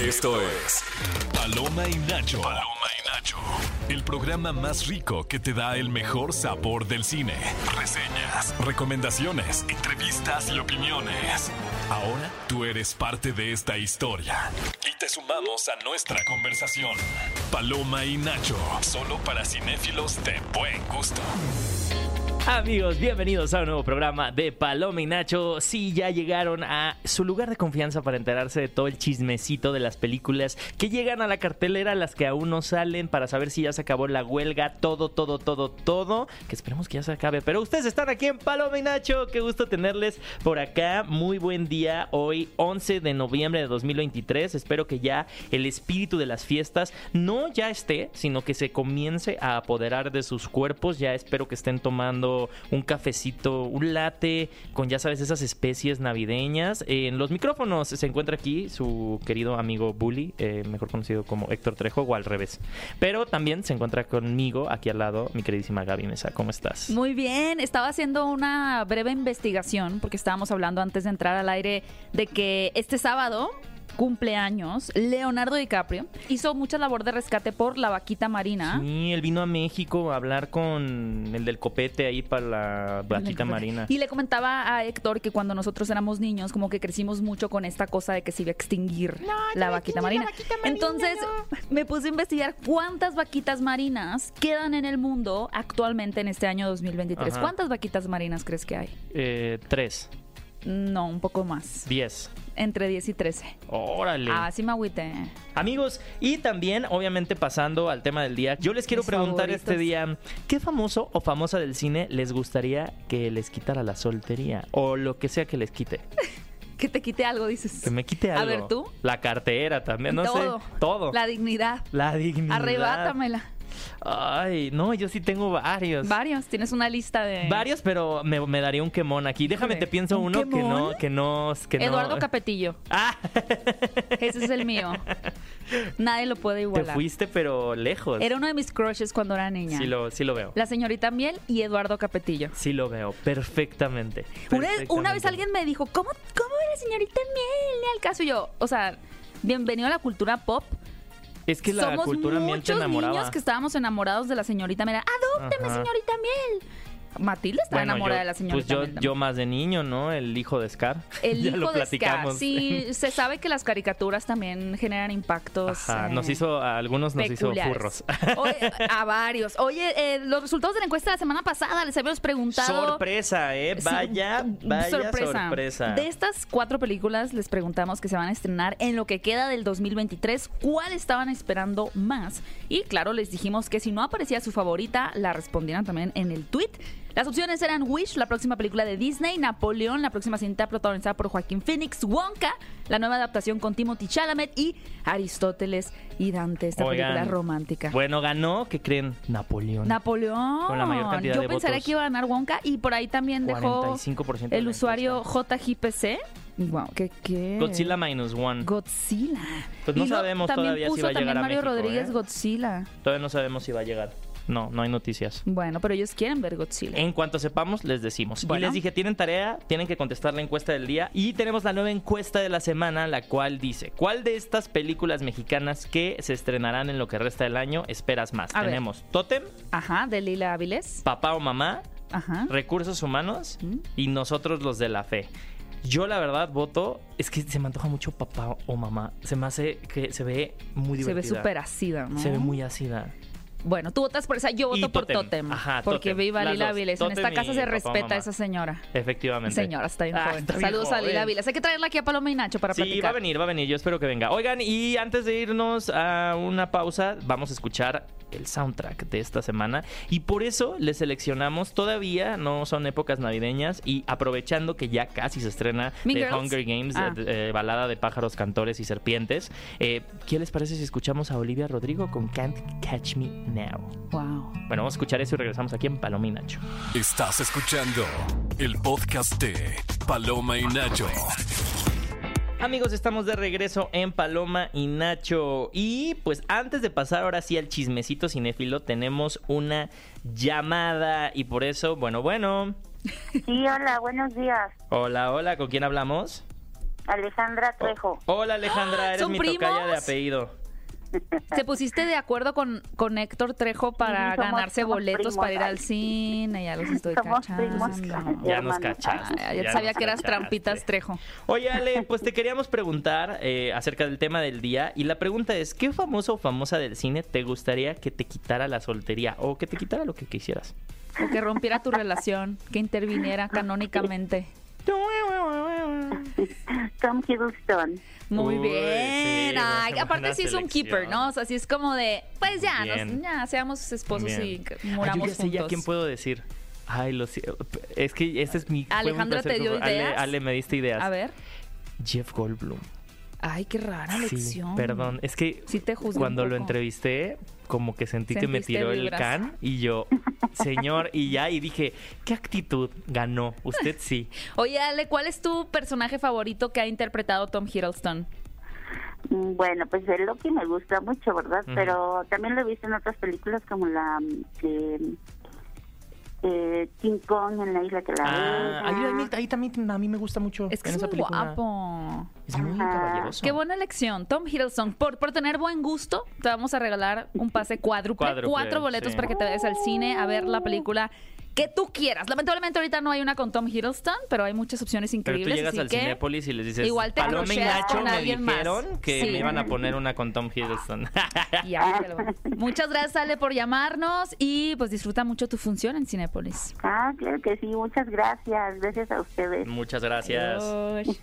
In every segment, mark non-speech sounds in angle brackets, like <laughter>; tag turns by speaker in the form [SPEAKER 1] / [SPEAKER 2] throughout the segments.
[SPEAKER 1] Esto es Paloma y Nacho. Paloma y Nacho. El programa más rico que te da el mejor sabor del cine. Reseñas, recomendaciones, entrevistas y opiniones. Ahora tú eres parte de esta historia. Y te sumamos a nuestra conversación. Paloma y Nacho. Solo para cinéfilos de buen gusto.
[SPEAKER 2] Amigos, bienvenidos a un nuevo programa de Paloma y Nacho. Sí, ya llegaron a su lugar de confianza para enterarse de todo el chismecito de las películas que llegan a la cartelera, las que aún no salen, para saber si ya se acabó la huelga, todo, todo, todo, todo, que esperemos que ya se acabe. Pero ustedes están aquí en Paloma y Nacho, qué gusto tenerles por acá. Muy buen día, hoy 11 de noviembre de 2023. Espero que ya el espíritu de las fiestas no ya esté, sino que se comience a apoderar de sus cuerpos. Ya espero que estén tomando un cafecito, un latte, con ya sabes, esas especies navideñas. En los micrófonos se encuentra aquí su querido amigo Bully, eh, mejor conocido como Héctor Trejo o al revés. Pero también se encuentra conmigo aquí al lado mi queridísima Gaby Mesa. ¿Cómo estás?
[SPEAKER 3] Muy bien, estaba haciendo una breve investigación porque estábamos hablando antes de entrar al aire de que este sábado cumpleaños, Leonardo DiCaprio hizo mucha labor de rescate por la vaquita marina.
[SPEAKER 2] Sí, él vino a México a hablar con el del copete ahí para la vaquita marina.
[SPEAKER 3] Y le comentaba a Héctor que cuando nosotros éramos niños, como que crecimos mucho con esta cosa de que se iba a extinguir
[SPEAKER 4] No, no
[SPEAKER 3] la,
[SPEAKER 4] me
[SPEAKER 3] vaquita
[SPEAKER 4] extinguí
[SPEAKER 3] marina.
[SPEAKER 4] la vaquita marina,
[SPEAKER 3] Entonces me puse a investigar cuántas vaquitas marinas quedan en el mundo actualmente en este año 2023.
[SPEAKER 2] Ajá.
[SPEAKER 3] ¿Cuántas vaquitas marinas crees que hay?
[SPEAKER 2] Eh, tres,
[SPEAKER 3] No, un poco más.
[SPEAKER 2] diez.
[SPEAKER 3] Entre 10 y 13.
[SPEAKER 2] Órale.
[SPEAKER 3] Ah, sí me agüité.
[SPEAKER 2] Amigos, y también, obviamente, pasando al tema del día, yo les quiero
[SPEAKER 3] Mis
[SPEAKER 2] preguntar
[SPEAKER 3] favoritos.
[SPEAKER 2] este día: ¿qué famoso o famosa del cine les gustaría que les quitara la soltería? O lo que sea que les quite.
[SPEAKER 3] Que te quite algo, dices.
[SPEAKER 2] Que me quite
[SPEAKER 3] A
[SPEAKER 2] algo.
[SPEAKER 3] ver, ¿tú?
[SPEAKER 2] La cartera también, no
[SPEAKER 3] todo.
[SPEAKER 2] sé. Todo.
[SPEAKER 3] La dignidad.
[SPEAKER 2] La dignidad.
[SPEAKER 3] Arrebátamela.
[SPEAKER 2] Ay, no, yo sí tengo varios.
[SPEAKER 3] Varios. Tienes una lista de.
[SPEAKER 2] Pues Varios, pero me, me daría un quemón aquí. Déjame te pienso
[SPEAKER 3] ¿Un
[SPEAKER 2] uno que
[SPEAKER 3] quemón?
[SPEAKER 2] no, que no, que no-
[SPEAKER 3] Eduardo Capetillo.
[SPEAKER 2] <laughs> Ah,
[SPEAKER 3] Ese es
[SPEAKER 2] <laughs>
[SPEAKER 3] el mío. Nadie lo puede
[SPEAKER 2] te
[SPEAKER 3] igualar.
[SPEAKER 2] fuiste, pero lejos.
[SPEAKER 3] Era uno de mis crushes cuando era niña.
[SPEAKER 2] Sí lo, sí lo veo.
[SPEAKER 3] La señorita Miel y Eduardo Capetillo.
[SPEAKER 2] Sí lo veo, perfectamente.
[SPEAKER 3] Una vez, una vez
[SPEAKER 2] Perfectamente.
[SPEAKER 3] alguien me dijo, ¿cómo, cómo la señorita Miel? Ni al caso Y yo. O sea, bienvenido a la cultura pop.
[SPEAKER 2] Es que la
[SPEAKER 3] Somos
[SPEAKER 2] cultura miel te
[SPEAKER 3] muchos
[SPEAKER 2] enamoraba.
[SPEAKER 3] niños que estábamos enamorados de la señorita Miel. ¡Adóptame,
[SPEAKER 2] Ajá.
[SPEAKER 3] señorita Miel! Matilde estaba
[SPEAKER 2] Bueno,
[SPEAKER 3] enamorada
[SPEAKER 2] yo-
[SPEAKER 3] de la señorita
[SPEAKER 2] Pues yo,
[SPEAKER 3] Miel. también.
[SPEAKER 2] yo más de niño, ¿no? El hijo de Scar. <laughs>
[SPEAKER 3] El
[SPEAKER 2] ya
[SPEAKER 3] hijo
[SPEAKER 2] lo
[SPEAKER 3] de Scar.
[SPEAKER 2] platicamos.
[SPEAKER 3] Sí, se sabe que las caricaturas también generan impactos.
[SPEAKER 2] Ajá,
[SPEAKER 3] eh,
[SPEAKER 2] nos hizo, a algunos nos hizo
[SPEAKER 3] peculiares.
[SPEAKER 2] furros. <laughs>
[SPEAKER 3] Oye, a varios. Oye, eh, los resultados de la encuesta de la semana pasada les habíamos preguntado.
[SPEAKER 2] Sorpresa, ¿eh?
[SPEAKER 3] Sí,
[SPEAKER 2] Vaya, vaya sorpresa.
[SPEAKER 3] De estas cuatro películas les preguntamos que se van a estrenar en lo que queda del 2023, cuál estaban esperando más. Y claro, les dijimos que si no aparecía su favorita, la respondieran también en el tweet. Las opciones eran Wish, la próxima película de Disney, Napoleón, la próxima cinta protagonizada por Joaquín Phoenix, Wonka, la nueva adaptación con Timothy Chalamet y Aristóteles y Dante, esta
[SPEAKER 2] Oigan,
[SPEAKER 3] película romántica.
[SPEAKER 2] Bueno, ganó, ¿qué creen? Napoleón.
[SPEAKER 3] Napoleón.
[SPEAKER 2] Con la mayor cantidad
[SPEAKER 3] Yo
[SPEAKER 2] de
[SPEAKER 3] pensaría
[SPEAKER 2] votos.
[SPEAKER 3] que iba a ganar Wonka y por ahí también dejó
[SPEAKER 2] 45% de
[SPEAKER 3] el
[SPEAKER 2] la
[SPEAKER 3] usuario
[SPEAKER 2] encuesta.
[SPEAKER 3] JJPC. Wow, ¿qué, qué?
[SPEAKER 2] Godzilla Minus One.
[SPEAKER 3] Godzilla.
[SPEAKER 2] Pues no
[SPEAKER 3] Y lo-
[SPEAKER 2] sabemos
[SPEAKER 3] también
[SPEAKER 2] todavía si
[SPEAKER 3] puso
[SPEAKER 2] va a llegar
[SPEAKER 3] también
[SPEAKER 2] a
[SPEAKER 3] Mario
[SPEAKER 2] México,
[SPEAKER 3] Rodríguez
[SPEAKER 2] ¿eh?
[SPEAKER 3] Godzilla.
[SPEAKER 2] Todavía no sabemos si va a llegar. No, no hay noticias.
[SPEAKER 3] Bueno, pero ellos quieren ver Godzilla.
[SPEAKER 2] En cuanto sepamos, les decimos. Y
[SPEAKER 3] Bueno.
[SPEAKER 2] les dije, tienen tarea, tienen que contestar la encuesta del día. Y tenemos la nueva encuesta de la semana, la cual dice, ¿cuál de estas películas mexicanas que se estrenarán en lo que resta del año esperas más?
[SPEAKER 3] A ver.
[SPEAKER 2] tenemos Totem,
[SPEAKER 3] Ajá, de Lila Áviles.
[SPEAKER 2] Papá o Mamá,
[SPEAKER 3] Ajá.
[SPEAKER 2] Recursos Humanos
[SPEAKER 3] Mm.
[SPEAKER 2] y Nosotros los de la Fe. Yo la verdad voto, es que se me antoja mucho Papá o Mamá. Se me hace que se ve muy
[SPEAKER 3] Se ve
[SPEAKER 2] divertida.
[SPEAKER 3] súper ácida, ¿no?
[SPEAKER 2] Se ve muy ácida.
[SPEAKER 3] Bueno, tú votas por esa, yo
[SPEAKER 2] Y
[SPEAKER 3] voto por
[SPEAKER 2] Tótem.
[SPEAKER 3] Totem.
[SPEAKER 2] Ajá,
[SPEAKER 3] porque
[SPEAKER 2] Tótem.
[SPEAKER 3] viva
[SPEAKER 2] Las
[SPEAKER 3] Lila
[SPEAKER 2] dos.
[SPEAKER 3] Áviles. En esta
[SPEAKER 2] Tótem
[SPEAKER 3] casa
[SPEAKER 2] y
[SPEAKER 3] se
[SPEAKER 2] Papá,
[SPEAKER 3] respeta
[SPEAKER 2] Mamá.
[SPEAKER 3] a esa señora.
[SPEAKER 2] Efectivamente.
[SPEAKER 3] Señora, está bien
[SPEAKER 2] Ah,
[SPEAKER 3] joven.
[SPEAKER 2] está bien
[SPEAKER 3] Saludos a Lila
[SPEAKER 2] joven.
[SPEAKER 3] Áviles. Hay que traerla aquí a Paloma y Nacho para
[SPEAKER 2] Sí,
[SPEAKER 3] platicar.
[SPEAKER 2] va a venir, va a venir. Yo espero que venga. Oigan, y antes de irnos a una pausa, vamos a escuchar el soundtrack de esta semana. Y por eso le seleccionamos, todavía no son épocas navideñas, y aprovechando que ya casi se estrena
[SPEAKER 3] Mean
[SPEAKER 2] The
[SPEAKER 3] Girls.
[SPEAKER 2] Hunger Games,
[SPEAKER 3] Ah.
[SPEAKER 2] eh, eh, balada de pájaros, cantores y serpientes, eh, ¿qué les parece si escuchamos a Olivia Rodrigo con Can't Catch Me Now?
[SPEAKER 3] Wow.
[SPEAKER 2] Bueno, vamos a escuchar eso y regresamos aquí en Paloma y Nacho.
[SPEAKER 1] Estás escuchando el podcast de Paloma y Nacho.
[SPEAKER 2] Amigos, estamos de regreso en Paloma y Nacho. Y pues antes de pasar ahora sí al chismecito cinéfilo, tenemos una llamada. Y por eso, bueno, bueno.
[SPEAKER 5] Sí, hola, buenos días.
[SPEAKER 2] Hola, hola, ¿con quién hablamos?
[SPEAKER 4] Alejandra
[SPEAKER 2] Oh.
[SPEAKER 4] Trejo. <laughs>
[SPEAKER 2] Hola Alejandra, eres
[SPEAKER 3] Ah, ¿Son
[SPEAKER 2] mi tocaya de
[SPEAKER 3] primos?
[SPEAKER 2] apellido.
[SPEAKER 3] ¿Te pusiste de acuerdo con, con Héctor Trejo para
[SPEAKER 4] Sí, somos-
[SPEAKER 3] ganarse
[SPEAKER 4] somos
[SPEAKER 3] boletos
[SPEAKER 4] primos,
[SPEAKER 3] para ir
[SPEAKER 4] ay.
[SPEAKER 3] al cine? Ya los estoy
[SPEAKER 4] Somos
[SPEAKER 3] cachando.
[SPEAKER 4] primos.
[SPEAKER 2] Ya nos
[SPEAKER 4] hermanos.
[SPEAKER 2] cachaste.
[SPEAKER 3] Ay, Ah, ya
[SPEAKER 2] nos
[SPEAKER 3] sabía que eras
[SPEAKER 2] cachaste.
[SPEAKER 3] trampitas, Trejo.
[SPEAKER 2] Oye
[SPEAKER 3] <laughs>
[SPEAKER 2] Ale, pues te queríamos preguntar eh, acerca del tema del día y la pregunta es, ¿qué famoso o famosa del cine te gustaría que te quitara la soltería o que te quitara lo que quisieras?
[SPEAKER 3] O que rompiera tu relación, que interviniera canónicamente.
[SPEAKER 4] Tom Hiddleston.
[SPEAKER 3] Muy
[SPEAKER 2] Uy,
[SPEAKER 3] bien.
[SPEAKER 2] sí,
[SPEAKER 3] Ay,
[SPEAKER 2] qué buena
[SPEAKER 3] aparte sí es un
[SPEAKER 2] selección.
[SPEAKER 3] keeper, ¿no? O sea, sí es como de, pues ya, nos-
[SPEAKER 2] Bien.
[SPEAKER 3] ya seamos sus esposos
[SPEAKER 2] Bien.
[SPEAKER 3] y Pues que
[SPEAKER 2] Ay, yo
[SPEAKER 3] muramos
[SPEAKER 2] ya sé ya
[SPEAKER 3] juntos.
[SPEAKER 2] quién puedo decir. Ay, lo si- Es que este es mi. fue mi
[SPEAKER 3] Alejandra, ¿te
[SPEAKER 2] placer
[SPEAKER 3] dio
[SPEAKER 2] culpable. Ale-
[SPEAKER 3] ideas?
[SPEAKER 2] Ale, me diste ideas.
[SPEAKER 3] A ver.
[SPEAKER 2] Jeff Goldblum.
[SPEAKER 3] Ay, qué rara
[SPEAKER 2] Sí,
[SPEAKER 3] lección.
[SPEAKER 2] perdón. Es que
[SPEAKER 3] Sí te juzgué un
[SPEAKER 2] cuando lo
[SPEAKER 3] poco.
[SPEAKER 2] entrevisté, como que sentí que me
[SPEAKER 3] Sentiste
[SPEAKER 2] tiró
[SPEAKER 3] vibras.
[SPEAKER 2] el can y yo, señor, y ya, y dije, ¿qué actitud ganó? Usted
[SPEAKER 3] <laughs>
[SPEAKER 2] sí.
[SPEAKER 3] Oye, Ale, ¿cuál es tu personaje favorito que ha interpretado Tom Hiddleston?
[SPEAKER 4] Mm, Bueno, pues el Loki me gusta mucho, ¿verdad?
[SPEAKER 2] Ujú.
[SPEAKER 4] Pero también lo he visto en otras películas como la mm, que, eh, King Kong en la isla que la
[SPEAKER 2] Ah, ahí,
[SPEAKER 4] Bestia.
[SPEAKER 2] ahí- ahí también a mí me gusta mucho.
[SPEAKER 3] Es que
[SPEAKER 2] en
[SPEAKER 3] es
[SPEAKER 2] esa
[SPEAKER 3] muy
[SPEAKER 2] película.
[SPEAKER 3] guapo.
[SPEAKER 2] Es muy
[SPEAKER 4] Ajá.
[SPEAKER 2] caballeroso.
[SPEAKER 3] Qué buena elección, Tom Hiddleston. Por, por tener buen gusto, te vamos a regalar un
[SPEAKER 2] <laughs>
[SPEAKER 3] pase cuádruple,
[SPEAKER 2] Cuádruple,
[SPEAKER 3] cuatro boletos
[SPEAKER 2] sí.
[SPEAKER 3] para que te vayas al cine a ver la película que tú quieras. Lamentablemente ahorita no hay una con Tom Hiddleston, pero hay muchas opciones
[SPEAKER 2] Pero tú
[SPEAKER 3] increíbles.
[SPEAKER 2] llegas
[SPEAKER 3] así
[SPEAKER 2] al
[SPEAKER 3] que
[SPEAKER 2] Cinépolis y les dices,
[SPEAKER 3] igual te
[SPEAKER 2] Paloma y
[SPEAKER 3] crocheas
[SPEAKER 2] Nacho
[SPEAKER 3] con
[SPEAKER 2] me
[SPEAKER 3] alguien más".
[SPEAKER 2] dijeron que
[SPEAKER 3] Sí.
[SPEAKER 2] me iban a poner una con Tom Hiddleston. <laughs>
[SPEAKER 3] ya, te lo- Muchas gracias, Ale, por llamarnos y pues disfruta mucho tu función en Cinépolis.
[SPEAKER 4] Ah, claro que sí, muchas gracias. Gracias a ustedes.
[SPEAKER 2] Muchas gracias.
[SPEAKER 3] Adiós.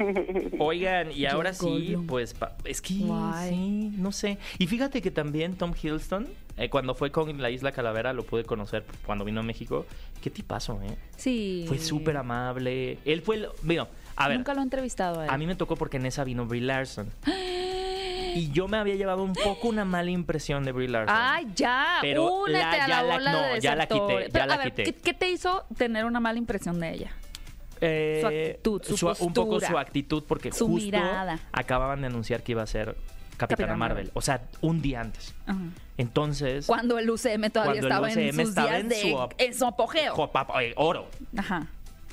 [SPEAKER 2] Oigan, y ahora sí,
[SPEAKER 3] Goldblum.
[SPEAKER 2] pues pa- es que
[SPEAKER 3] Guay.
[SPEAKER 2] sí, no sé. Y fíjate que también Tom Hiddleston, eh, cuando fue con la Isla Calavera, lo pude conocer cuando vino a México. ¿Qué tipazo, eh?
[SPEAKER 3] Sí.
[SPEAKER 2] Fue súper amable. Él fue el. Mira, a ver.
[SPEAKER 3] Nunca lo he entrevistado a él.
[SPEAKER 2] A mí me tocó porque en esa vino Brie
[SPEAKER 3] <gasps>
[SPEAKER 2] Larson. Y yo me había llevado un poco una mala impresión de Brie Larson.
[SPEAKER 3] Ah, ya.
[SPEAKER 2] Pero
[SPEAKER 3] Únete
[SPEAKER 2] la-
[SPEAKER 3] a
[SPEAKER 2] ya
[SPEAKER 3] la
[SPEAKER 2] la-
[SPEAKER 3] bola
[SPEAKER 2] no,
[SPEAKER 3] de
[SPEAKER 2] ya la quité,
[SPEAKER 3] desertores.
[SPEAKER 2] ya
[SPEAKER 3] Pero,
[SPEAKER 2] la
[SPEAKER 3] a ver,
[SPEAKER 2] quité.
[SPEAKER 3] ¿qué, qué te hizo tener una mala impresión de ella?
[SPEAKER 2] Eh,
[SPEAKER 3] Su actitud, su
[SPEAKER 2] Un poco
[SPEAKER 3] postura,
[SPEAKER 2] su actitud, porque
[SPEAKER 3] su
[SPEAKER 2] justo
[SPEAKER 3] mirada.
[SPEAKER 2] acababan de anunciar que iba a ser Capitana
[SPEAKER 3] Capitana
[SPEAKER 2] Marvel.
[SPEAKER 3] Marvel.
[SPEAKER 2] O sea, un día antes. Entonces.
[SPEAKER 3] Cuando el UCM todavía
[SPEAKER 2] Cuando el
[SPEAKER 3] estaba en
[SPEAKER 2] UCM
[SPEAKER 3] sus
[SPEAKER 2] estaba
[SPEAKER 3] días
[SPEAKER 2] en
[SPEAKER 3] de-
[SPEAKER 2] su ap-
[SPEAKER 3] en su apogeo.
[SPEAKER 2] jo, papá, eh, oro.
[SPEAKER 3] Ajá.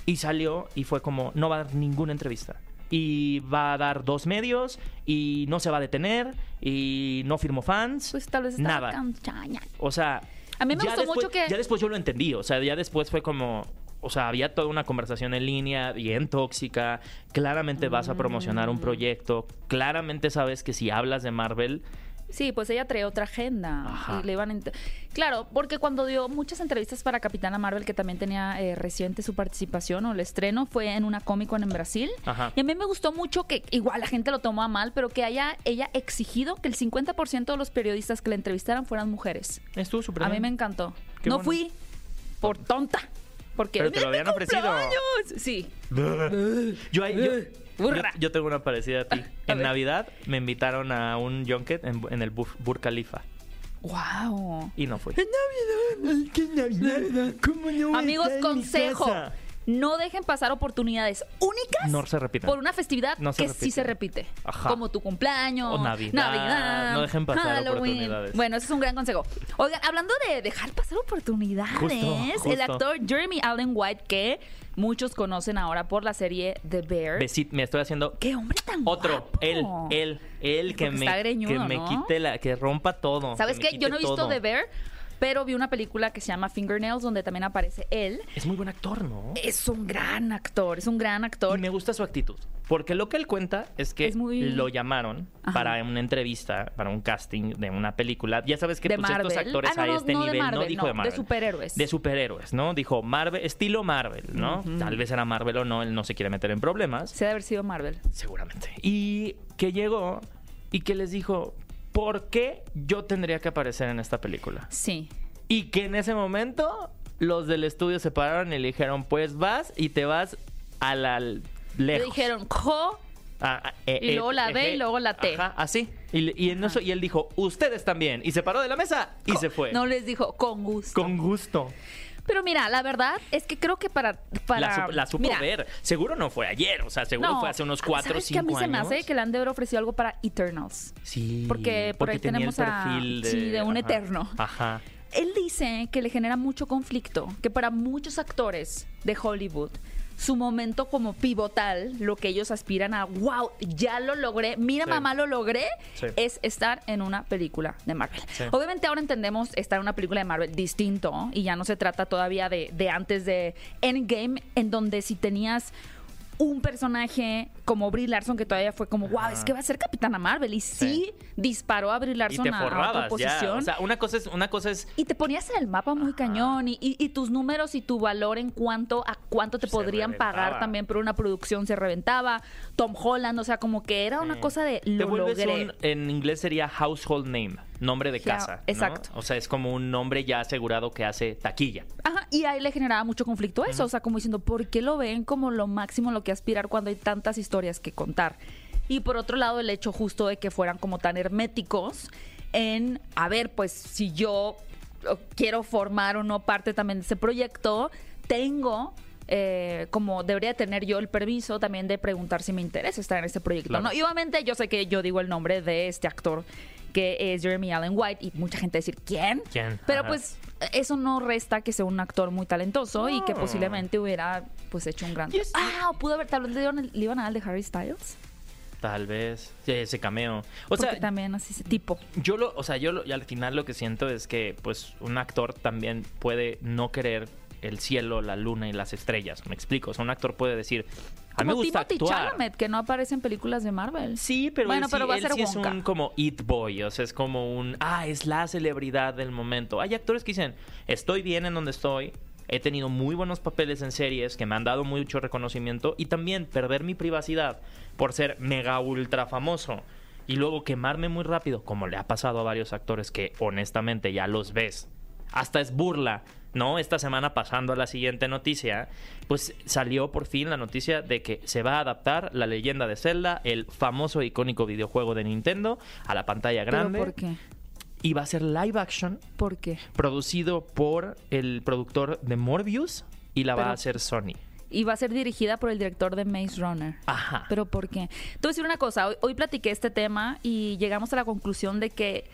[SPEAKER 2] Y salió y fue como, no va a dar ninguna entrevista. Y va a dar dos medios y no se va a detener y no firmó fans.
[SPEAKER 3] Pues tal vez
[SPEAKER 2] nada.
[SPEAKER 3] estaba canchaña.
[SPEAKER 2] O sea,
[SPEAKER 3] A mí me
[SPEAKER 2] ya
[SPEAKER 3] gustó
[SPEAKER 2] después-
[SPEAKER 3] mucho que-
[SPEAKER 2] Ya después yo lo entendí, o sea, ya después fue como... O sea, había toda una conversación en línea, bien tóxica. Claramente vas a promocionar
[SPEAKER 3] Mm.
[SPEAKER 2] un proyecto. Claramente sabes que si hablas de Marvel,
[SPEAKER 3] Sí, pues ella trae otra agenda.
[SPEAKER 2] Ajá.
[SPEAKER 3] Y le iban a ent- Claro, porque cuando dio muchas entrevistas para Capitana Marvel, que también tenía eh, reciente su participación o el estreno, fue en una Comic Con en Brasil.
[SPEAKER 2] Ajá.
[SPEAKER 3] Y a mí me gustó mucho que igual la gente lo tomó a mal, pero que haya ella exigido que el 50% de los periodistas que la entrevistaran fueran mujeres.
[SPEAKER 2] estuvo súper
[SPEAKER 3] A mí
[SPEAKER 2] bien.
[SPEAKER 3] me encantó.
[SPEAKER 2] Qué
[SPEAKER 3] no
[SPEAKER 2] bueno.
[SPEAKER 3] fui por tonta. Porque
[SPEAKER 2] Pero te lo
[SPEAKER 3] "Mira mi
[SPEAKER 2] habían ofrecido".
[SPEAKER 3] cumpleaños". Sí.
[SPEAKER 2] <laughs> Yo, ahí- yo,
[SPEAKER 3] Burra.
[SPEAKER 2] yo- yo tengo una parecida a ti.
[SPEAKER 3] <laughs> A
[SPEAKER 2] en
[SPEAKER 3] ver.
[SPEAKER 2] Navidad me invitaron a un junket en, en el Buf- Burj Khalifa
[SPEAKER 3] Wow.
[SPEAKER 2] y no fui.
[SPEAKER 3] Amigos, consejo. No dejen pasar oportunidades únicas
[SPEAKER 2] No se repitan.
[SPEAKER 3] por una festividad
[SPEAKER 2] No se
[SPEAKER 3] que sí
[SPEAKER 2] repiten.
[SPEAKER 3] se repite.
[SPEAKER 2] Ajá.
[SPEAKER 3] Como tu cumpleaños,
[SPEAKER 2] O Navidad.
[SPEAKER 3] Navidad,
[SPEAKER 2] No dejen pasar
[SPEAKER 3] Halloween.
[SPEAKER 2] oportunidades.
[SPEAKER 3] Bueno, ese es un gran consejo. Oigan, hablando de dejar pasar oportunidades,
[SPEAKER 2] Justo, justo.
[SPEAKER 3] el actor Jeremy Allen White, que muchos conocen ahora por la serie The Bear.
[SPEAKER 2] Besit- me estoy haciendo
[SPEAKER 3] ¡Qué hombre tan
[SPEAKER 2] Otro,
[SPEAKER 3] guapo!
[SPEAKER 2] él, él, él que
[SPEAKER 3] Porque
[SPEAKER 2] me,
[SPEAKER 3] está greñudo,
[SPEAKER 2] que me
[SPEAKER 3] ¿no?
[SPEAKER 2] quite la, que rompa todo. que
[SPEAKER 3] ¿Sabes
[SPEAKER 2] me
[SPEAKER 3] qué? Yo
[SPEAKER 2] quite
[SPEAKER 3] no he visto
[SPEAKER 2] todo.
[SPEAKER 3] The Bear, pero vi una película que se llama Fingernails, donde también aparece él.
[SPEAKER 2] Es muy buen actor, ¿no?
[SPEAKER 3] Es un gran actor, es un gran
[SPEAKER 2] Y
[SPEAKER 3] Eh, actor.
[SPEAKER 2] me gusta su actitud. Porque lo que él cuenta es que
[SPEAKER 3] Es muy-
[SPEAKER 2] lo llamaron
[SPEAKER 3] Ajá.
[SPEAKER 2] para una entrevista, para un casting de una película. Ya sabes que
[SPEAKER 3] De
[SPEAKER 2] pues, estos
[SPEAKER 3] Marvel.
[SPEAKER 2] actores
[SPEAKER 3] Ah, no,
[SPEAKER 2] a
[SPEAKER 3] no,
[SPEAKER 2] este
[SPEAKER 3] no de
[SPEAKER 2] nivel no
[SPEAKER 3] Marvel,
[SPEAKER 2] dijo
[SPEAKER 3] no,
[SPEAKER 2] de
[SPEAKER 3] de
[SPEAKER 2] Marvel.
[SPEAKER 3] superhéroes.
[SPEAKER 2] De superhéroes, ¿no? Dijo Marvel, estilo Marvel, ¿no? Tal vez era Marvel o no, él no se quiere meter en problemas.
[SPEAKER 3] Se ha de haber sido Marvel.
[SPEAKER 2] Seguramente. Y que llegó y que les dijo, ¿por qué yo tendría que aparecer en esta película?
[SPEAKER 3] Sí.
[SPEAKER 2] Y que en ese momento los del estudio se pararon y le dijeron, pues vas y te vas a la l-
[SPEAKER 3] Le
[SPEAKER 2] lejos.
[SPEAKER 3] dijeron, co.
[SPEAKER 2] Ah, ah, eh,
[SPEAKER 3] Y
[SPEAKER 2] eh,
[SPEAKER 3] luego la B y
[SPEAKER 2] eje.
[SPEAKER 3] luego la T.
[SPEAKER 2] Ajá, así. Y, le- y en eso- y él dijo, ustedes también. Y se paró de la mesa y
[SPEAKER 3] co-
[SPEAKER 2] se fue.
[SPEAKER 3] No les dijo, con gusto.
[SPEAKER 2] Pues. Con gusto.
[SPEAKER 3] Pero mira, la verdad es que creo que para. para
[SPEAKER 2] La, sup- la supo
[SPEAKER 3] mira,
[SPEAKER 2] ver. Seguro no fue ayer, o sea, seguro
[SPEAKER 3] no,
[SPEAKER 2] fue hace unos cuatro o
[SPEAKER 3] ¿sabes
[SPEAKER 2] cinco
[SPEAKER 3] qué? a mí
[SPEAKER 2] años.
[SPEAKER 3] se me hace que le han de haber ofrecido algo para Eternals.
[SPEAKER 2] Sí,
[SPEAKER 3] Porque por ahí
[SPEAKER 2] tenía el
[SPEAKER 3] tenemos a-
[SPEAKER 2] perfil de,
[SPEAKER 3] sí, de un
[SPEAKER 2] ajá,
[SPEAKER 3] eterno.
[SPEAKER 2] Ajá.
[SPEAKER 3] Él dice que le genera mucho conflicto, que para muchos actores de Hollywood su momento como pivotal, lo que ellos aspiran a, wow, ya lo logré, mira
[SPEAKER 2] Sí.
[SPEAKER 3] mamá, lo logré,
[SPEAKER 2] Sí.
[SPEAKER 3] es estar en una película de Marvel.
[SPEAKER 2] Sí.
[SPEAKER 3] Obviamente ahora entendemos estar en una película de Marvel distinto ¿no? y ya no se trata todavía de, de antes de Endgame, en donde si tenías un personaje como Brie Larson que todavía fue como, wow, es que va a ser Capitana Marvel y sí,
[SPEAKER 2] Sí.
[SPEAKER 3] disparó a Brie
[SPEAKER 2] Y
[SPEAKER 3] Larson
[SPEAKER 2] te
[SPEAKER 3] a- a otra
[SPEAKER 2] forrabas ya.
[SPEAKER 3] posición.
[SPEAKER 2] O sea, una cosa es, una cosa es
[SPEAKER 3] Y te ponías en el mapa muy cañón y, y- y tus números y tu valor en cuanto a cuánto te
[SPEAKER 2] Se
[SPEAKER 3] podrían pagar
[SPEAKER 2] reventaba.
[SPEAKER 3] también por una producción se reventaba. Tom Holland, o sea, como que era una cosa de
[SPEAKER 2] Mm. Te
[SPEAKER 3] lo
[SPEAKER 2] vuelves
[SPEAKER 3] logré.
[SPEAKER 2] un- en inglés sería household name, nombre de
[SPEAKER 3] Ya,
[SPEAKER 2] casa. ¿no?
[SPEAKER 3] exacto.
[SPEAKER 2] O sea, es como un nombre ya asegurado que hace taquilla.
[SPEAKER 3] Ajá, y ahí le generaba mucho conflicto eso, o sea, como diciendo, ¿por qué lo ven como lo máximo en lo que aspirar cuando hay tantas historias que contar? Y por otro lado, el hecho justo de que fueran como tan herméticos en, a ver, pues si yo eh, quiero formar o no parte también de ese proyecto, tengo... eh, como debería tener yo el permiso también de preguntar si me interesa estar en ese proyecto.
[SPEAKER 2] Claro.
[SPEAKER 3] ¿no? Y obviamente yo sé que yo digo el nombre de este actor que es Jeremy Allen White y mucha gente va a decir, ¿quién?
[SPEAKER 2] ¿Quién?
[SPEAKER 3] Pero
[SPEAKER 2] Ajá.
[SPEAKER 3] pues eso no resta que sea un actor muy talentoso y que
[SPEAKER 2] No.
[SPEAKER 3] posiblemente hubiera pues hecho un gran
[SPEAKER 2] Ah. Y es-
[SPEAKER 3] ah o pudo haber tal vez le, dieron el- le iban a dar el de Harry Styles
[SPEAKER 2] Tal vez. sí, Ese cameo. O
[SPEAKER 3] porque
[SPEAKER 2] sea,
[SPEAKER 3] también así ese tipo
[SPEAKER 2] yo lo, o sea, yo lo- y al final lo que siento es que, pues, un actor también puede no querer el cielo, la luna y las estrellas. Me explico. O sea, un actor puede decir, a mí me
[SPEAKER 3] como
[SPEAKER 2] gusta
[SPEAKER 3] Timothy
[SPEAKER 2] actuar.
[SPEAKER 3] Chalamet que no aparece en películas de Marvel
[SPEAKER 2] Sí, pero
[SPEAKER 3] Bueno,
[SPEAKER 2] él, sí-
[SPEAKER 3] pero va a
[SPEAKER 2] él
[SPEAKER 3] ser
[SPEAKER 2] sí es
[SPEAKER 3] Wonka.
[SPEAKER 2] un como it boy, o sea, es como un, ah, es la celebridad del momento. Hay actores que dicen, estoy bien en donde estoy, he tenido muy buenos papeles en series que me han dado mucho reconocimiento y también perder mi privacidad por ser mega ultra famoso y luego quemarme muy rápido, como le ha pasado a varios actores que honestamente ya los ves hasta es burla, ¿no? Esta semana pasando a la siguiente noticia, pues salió por fin la noticia de que se va a adaptar la leyenda de Zelda, el famoso e icónico videojuego de Nintendo, a la pantalla
[SPEAKER 3] pero
[SPEAKER 2] grande.
[SPEAKER 3] por qué
[SPEAKER 2] Y va a ser live action,
[SPEAKER 3] por qué
[SPEAKER 2] producido por el productor de Morbius y la va
[SPEAKER 3] Pero-
[SPEAKER 2] a hacer Sony.
[SPEAKER 3] y va a ser dirigida por el director de Maze Runner
[SPEAKER 2] Ajá.
[SPEAKER 3] Pero ¿por qué? Te voy a decir una cosa, hoy, hoy platiqué este tema y llegamos a la conclusión de que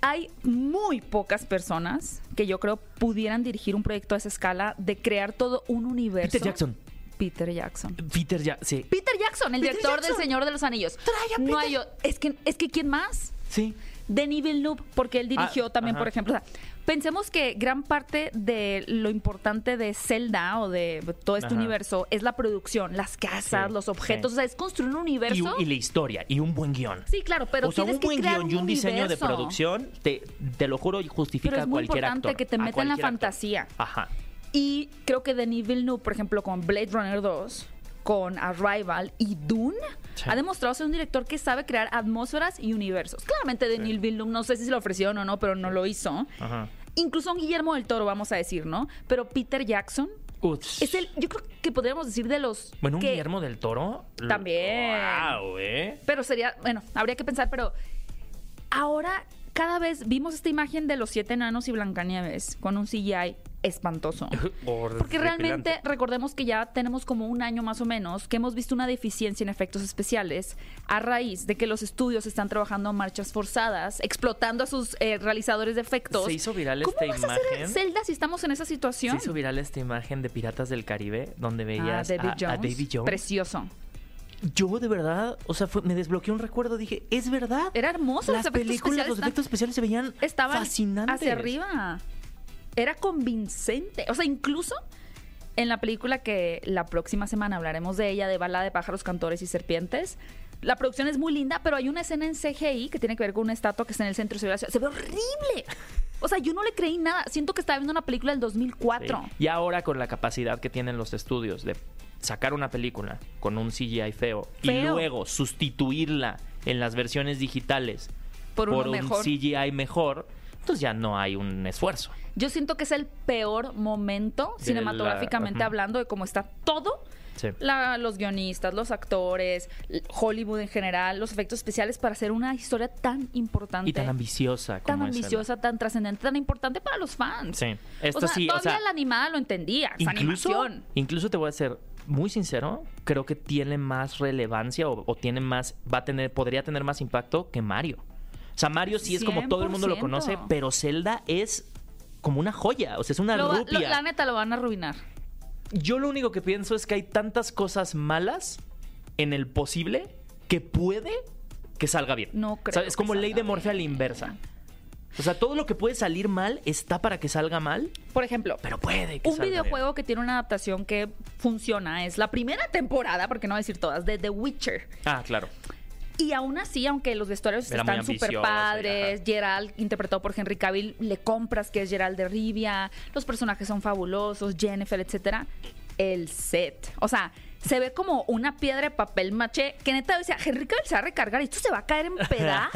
[SPEAKER 3] hay muy pocas personas que yo creo pudieran dirigir un proyecto a esa escala de crear todo un universo.
[SPEAKER 2] Peter Jackson.
[SPEAKER 3] Peter Jackson.
[SPEAKER 2] Peter ya, sí.
[SPEAKER 3] Peter Jackson, el
[SPEAKER 2] Peter
[SPEAKER 3] director
[SPEAKER 2] Jackson.
[SPEAKER 3] del Señor de los Anillos. No hay o- es que es que quién más?
[SPEAKER 2] Sí.
[SPEAKER 3] Denis Villeneuve, porque él dirigió
[SPEAKER 2] Ah,
[SPEAKER 3] también,
[SPEAKER 2] ajá.
[SPEAKER 3] por ejemplo. o sea, pensemos que gran parte de lo importante de Zelda o de todo este
[SPEAKER 2] Ajá.
[SPEAKER 3] universo es la producción, las casas,
[SPEAKER 2] Sí,
[SPEAKER 3] los objetos.
[SPEAKER 2] sí.
[SPEAKER 3] O sea, es construir un
[SPEAKER 2] Y,
[SPEAKER 3] universo.
[SPEAKER 2] y la historia, y un buen guión.
[SPEAKER 3] Sí, claro, pero
[SPEAKER 2] o sea,
[SPEAKER 3] tienes
[SPEAKER 2] un buen
[SPEAKER 3] que crear
[SPEAKER 2] guión y un diseño de
[SPEAKER 3] universo.
[SPEAKER 2] producción, te, te lo juro, justifica
[SPEAKER 3] Pero es
[SPEAKER 2] a
[SPEAKER 3] muy
[SPEAKER 2] cualquier
[SPEAKER 3] importante
[SPEAKER 2] actor.
[SPEAKER 3] que te
[SPEAKER 2] a
[SPEAKER 3] meta en la
[SPEAKER 2] cualquier actor.
[SPEAKER 3] fantasía.
[SPEAKER 2] Ajá.
[SPEAKER 3] Y creo que Denis Villeneuve, por ejemplo, con Blade Runner 2, con Arrival y Dune,
[SPEAKER 2] Sí.
[SPEAKER 3] ha demostrado ser un director que sabe crear atmósferas y universos. Claramente Denis Villeneuve, no sé si se lo ofrecieron o no, pero no lo hizo.
[SPEAKER 2] Ajá.
[SPEAKER 3] Incluso un Guillermo del Toro, vamos a decir, ¿no? Pero Peter Jackson
[SPEAKER 2] Uts.
[SPEAKER 3] es el, yo creo que podríamos decir de los
[SPEAKER 2] Bueno, un
[SPEAKER 3] que-
[SPEAKER 2] Guillermo del Toro. l-
[SPEAKER 3] También.
[SPEAKER 2] Guau, ¿eh?
[SPEAKER 3] Pero sería, bueno, habría que pensar, pero ahora cada vez vimos esta imagen de los siete enanos y Blancanieves con un CGI
[SPEAKER 2] <laughs>
[SPEAKER 3] espantoso. Porque realmente recordemos que ya tenemos como un año más o menos que hemos visto una deficiencia en efectos especiales a raíz de que los estudios están trabajando a marchas forzadas, explotando a sus eh, realizadores de efectos.
[SPEAKER 2] Se hizo viral
[SPEAKER 3] ¿Cómo
[SPEAKER 2] esta
[SPEAKER 3] vas a hacer
[SPEAKER 2] imagen?
[SPEAKER 3] Zelda si estamos en esa
[SPEAKER 2] Se
[SPEAKER 3] situación?
[SPEAKER 2] hizo viral esta imagen de Piratas del Caribe donde
[SPEAKER 3] Ah,
[SPEAKER 2] veías
[SPEAKER 3] David
[SPEAKER 2] a,
[SPEAKER 3] Jones.
[SPEAKER 2] a David Jones.
[SPEAKER 3] Precioso.
[SPEAKER 2] Yo de verdad, o sea, fue- me desbloqueó un recuerdo. Dije, es verdad.
[SPEAKER 3] Era hermoso.
[SPEAKER 2] Las
[SPEAKER 3] los efectos
[SPEAKER 2] películas,
[SPEAKER 3] especiales
[SPEAKER 2] los
[SPEAKER 3] están-
[SPEAKER 2] efectos especiales se veían
[SPEAKER 3] estaban
[SPEAKER 2] fascinantes.
[SPEAKER 3] hacia arriba. Era convincente. O sea, incluso en la película que la próxima semana hablaremos de ella, de Bala de pájaros, cantores y serpientes. La producción es muy linda, pero hay una escena en CGI que tiene que ver con una estatua que está en el centro de la ciudad. Se ve horrible. O sea, yo no le creí nada. Siento que estaba viendo una película del 2004.
[SPEAKER 2] Sí. Y ahora con la capacidad que tienen los estudios de sacar una película con un CGI feo, y
[SPEAKER 3] Feo.
[SPEAKER 2] luego sustituirla en las versiones digitales
[SPEAKER 3] Por uno
[SPEAKER 2] un
[SPEAKER 3] mejor.
[SPEAKER 2] CGI mejor, entonces ya no hay un esfuerzo.
[SPEAKER 3] Yo siento que es el peor momento,
[SPEAKER 2] De
[SPEAKER 3] cinematográficamente
[SPEAKER 2] la- ujú.
[SPEAKER 3] hablando, de cómo está todo.
[SPEAKER 2] Sí.
[SPEAKER 3] La- los guionistas, los actores, l- Hollywood en general, los efectos especiales para hacer una historia tan importante.
[SPEAKER 2] Y tan ambiciosa.
[SPEAKER 3] tan
[SPEAKER 2] como es el-
[SPEAKER 3] ambiciosa, tan trascendente, tan importante para los fans.
[SPEAKER 2] Sí. Esto
[SPEAKER 3] o sea,
[SPEAKER 2] sí, o
[SPEAKER 3] todavía
[SPEAKER 2] sea,
[SPEAKER 3] la animada lo entendía, es animación.
[SPEAKER 2] incluso te voy a ser muy sincero, creo que tiene más relevancia o, o tiene más, va a tener, podría tener más impacto que Mario. O sea, Mario sí es como todo el mundo lo
[SPEAKER 3] 100%.
[SPEAKER 2] conoce, pero Zelda es como una joya, o sea, es una
[SPEAKER 3] Lo va- lo-
[SPEAKER 2] rupia.
[SPEAKER 3] la neta lo van a arruinar.
[SPEAKER 2] Yo lo único que pienso es que hay tantas cosas malas en el posible que puede que salga bien. O
[SPEAKER 3] No
[SPEAKER 2] sea,
[SPEAKER 3] creo
[SPEAKER 2] es
[SPEAKER 3] que
[SPEAKER 2] como ley
[SPEAKER 3] salga
[SPEAKER 2] de Morphy a la
[SPEAKER 3] bien.
[SPEAKER 2] inversa. O sea, todo lo que puede salir mal está para que salga mal,
[SPEAKER 3] Por ejemplo,
[SPEAKER 2] pero puede que
[SPEAKER 3] un
[SPEAKER 2] salga bien.
[SPEAKER 3] videojuego que tiene una adaptación que funciona es la primera temporada, porque no voy a decir todas, de The Witcher.
[SPEAKER 2] Ah, claro.
[SPEAKER 3] Y aún así, aunque los vestuarios
[SPEAKER 2] Era muy
[SPEAKER 3] están súper
[SPEAKER 2] ambicioso,
[SPEAKER 3] padres,
[SPEAKER 2] ajá.
[SPEAKER 3] Gerald, interpretado por Henry Cavill, le compras que es Gerald de Rivia, los personajes son fabulosos, Jennifer, etcétera. El set. O sea, se ve como una piedra de papel maché que neta dice, Henry Cavill se va a recargar y esto se va a caer en pedazos.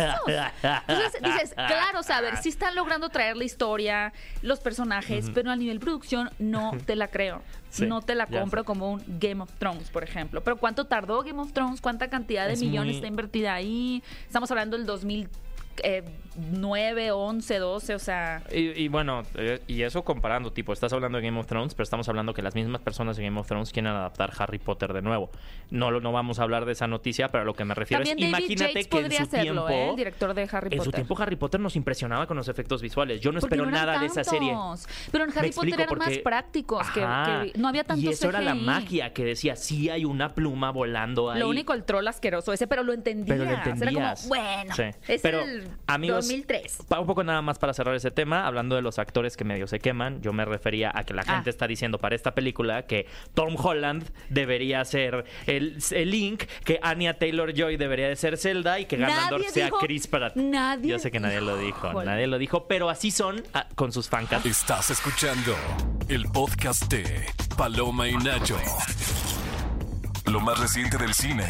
[SPEAKER 3] Entonces dices, claro, o sea, a ver, sí están logrando traer la historia, los personajes, pero a nivel producción no te la creo.
[SPEAKER 2] Sí,
[SPEAKER 3] no te la
[SPEAKER 2] ya
[SPEAKER 3] compro
[SPEAKER 2] sé.
[SPEAKER 3] como un Game of Thrones, por ejemplo. Pero ¿cuánto tardó Game of Thrones? ¿Cuánta cantidad de
[SPEAKER 2] Es
[SPEAKER 3] millones
[SPEAKER 2] muy-
[SPEAKER 3] está invertida ahí? Estamos hablando del eh, 2009, 11, 12, o sea...
[SPEAKER 2] Y, y bueno, eh, y eso comparando, tipo, estás hablando de Game of Thrones, pero estamos hablando que las mismas personas de Game of Thrones quieren adaptar Harry Potter de nuevo. No, lo- no vamos a hablar de esa noticia, pero a lo que me refiero
[SPEAKER 3] También
[SPEAKER 2] es,
[SPEAKER 3] David
[SPEAKER 2] imagínate
[SPEAKER 3] Yates
[SPEAKER 2] que en
[SPEAKER 3] podría
[SPEAKER 2] su
[SPEAKER 3] hacerlo,
[SPEAKER 2] tiempo...
[SPEAKER 3] ¿eh? el director de Harry
[SPEAKER 2] en
[SPEAKER 3] Potter.
[SPEAKER 2] su tiempo Harry Potter nos impresionaba con los efectos visuales. Yo no
[SPEAKER 3] Porque
[SPEAKER 2] espero
[SPEAKER 3] no eran
[SPEAKER 2] nada de esa serie.
[SPEAKER 3] tantos. Pero en
[SPEAKER 2] Me
[SPEAKER 3] Harry Potter
[SPEAKER 2] explico,
[SPEAKER 3] eran más
[SPEAKER 2] porque-
[SPEAKER 3] prácticos, que,
[SPEAKER 2] Ajá.
[SPEAKER 3] que no había tantos
[SPEAKER 2] Y eso era la
[SPEAKER 3] CGI.
[SPEAKER 2] magia que decía, sí hay una pluma volando ahí.
[SPEAKER 3] Lo único, el troll asqueroso ese, pero lo entendías.
[SPEAKER 2] Pero lo
[SPEAKER 3] Era
[SPEAKER 2] entendías.
[SPEAKER 3] como, bueno,
[SPEAKER 2] Sí.
[SPEAKER 3] es
[SPEAKER 2] Pero,
[SPEAKER 3] el
[SPEAKER 2] amigos,
[SPEAKER 3] 2003.
[SPEAKER 2] pa- Un poco nada más para cerrar ese tema, hablando de los actores que medio se queman, yo me refería a que la
[SPEAKER 3] Ah.
[SPEAKER 2] gente está diciendo para esta película que Tom Holland debería ser el, el Link, que Anya Taylor-Joy debería de ser Zelda y que Ganondorf
[SPEAKER 3] Nadie
[SPEAKER 2] sea
[SPEAKER 3] dijo-
[SPEAKER 2] Chris Pratt.
[SPEAKER 3] nadie
[SPEAKER 2] yo sé que nadie lo dijo,
[SPEAKER 3] Híjole.
[SPEAKER 2] nadie lo dijo, pero así son ah, con sus
[SPEAKER 3] <gasps>
[SPEAKER 2] fancas.
[SPEAKER 1] Estás escuchando el podcast de Paloma y Nacho. Lo más reciente del cine.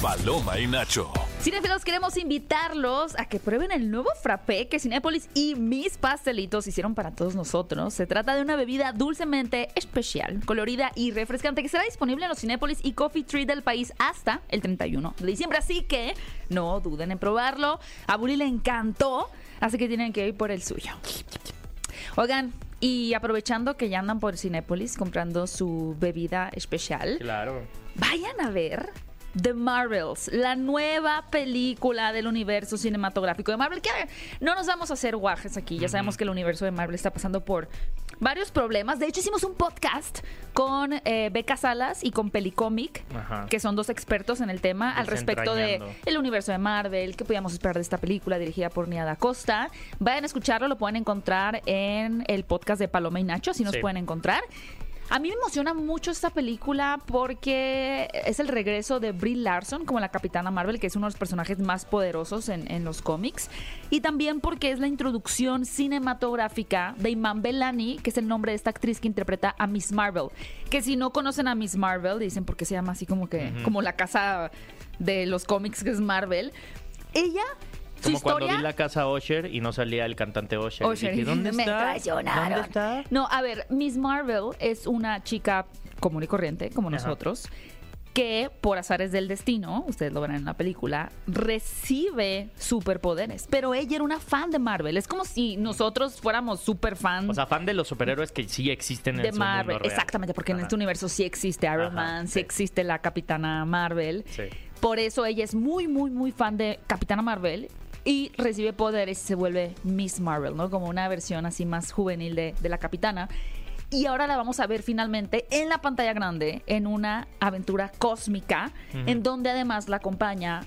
[SPEAKER 1] Paloma y Nacho.
[SPEAKER 3] Cinefilos, queremos invitarlos a que prueben el nuevo frappé que Cinépolis y mis pastelitos hicieron para todos nosotros. Se trata de una bebida dulcemente especial, colorida y refrescante que será disponible en los Cinépolis y Coffee Tree del país hasta el 31 de diciembre. Así que no duden en probarlo. A Buri le encantó, así que tienen que ir por el suyo. Oigan, y aprovechando que ya andan por Cinépolis comprando su bebida especial,
[SPEAKER 2] Claro.
[SPEAKER 3] Vayan a ver The Marvels, la nueva película del universo cinematográfico de Marvel. Que a ver, no nos vamos a hacer guajes aquí. Ya sabemos que el universo de Marvel está pasando por varios problemas. De hecho, hicimos un podcast con eh, Beca Salas y con Pelicomic,
[SPEAKER 2] Ajá.
[SPEAKER 3] que son dos expertos en el tema al respecto de
[SPEAKER 2] Desentrañando.
[SPEAKER 3] el universo de Marvel, qué podíamos esperar de esta película dirigida por Nia da Costa. Vayan a escucharlo, lo pueden encontrar en el podcast de Paloma y Nacho, si nos
[SPEAKER 2] Sí.
[SPEAKER 3] pueden encontrar. A mí me emociona mucho esta película porque es el regreso de Brie Larson como la Capitana Marvel, que es uno de los personajes más poderosos en, en los cómics. Y también porque es la introducción cinematográfica de Iman Belani, que es el nombre de esta actriz que interpreta a Miss Marvel. Que si no conocen a Miss Marvel, dicen porque se llama así como que, como la casa de los cómics que es Marvel. Ella, su
[SPEAKER 2] Como cuando
[SPEAKER 3] historia.
[SPEAKER 2] vi la casa Osher y no salía el cantante Osher. y
[SPEAKER 3] Usher,
[SPEAKER 2] dije, ¿dónde
[SPEAKER 3] <laughs> me
[SPEAKER 2] está?
[SPEAKER 3] traicionaron.
[SPEAKER 2] ¿Dónde está?
[SPEAKER 3] No, a ver, Miss Marvel es una chica común y corriente, como
[SPEAKER 2] Ajá.
[SPEAKER 3] nosotros, que por azares del destino, ustedes lo verán en la película, recibe superpoderes. Pero ella era una fan de Marvel. Es como si nosotros fuéramos super fan
[SPEAKER 2] O sea, fan de los superhéroes que sí existen en
[SPEAKER 3] de
[SPEAKER 2] su
[SPEAKER 3] Marvel.
[SPEAKER 2] mundo real.
[SPEAKER 3] Exactamente, porque en
[SPEAKER 2] Ajá.
[SPEAKER 3] este universo sí existe Iron
[SPEAKER 2] Ajá,
[SPEAKER 3] Man, sí,
[SPEAKER 2] sí.
[SPEAKER 3] existe la Capitana Marvel.
[SPEAKER 2] Sí.
[SPEAKER 3] Por eso ella es muy, muy, muy fan de Capitana Marvel y recibe poderes y se vuelve Miss Marvel, ¿no? Como una versión así más juvenil de, de la Capitana. Y ahora la vamos a ver finalmente en la pantalla grande, en una aventura cósmica, en donde además la acompaña,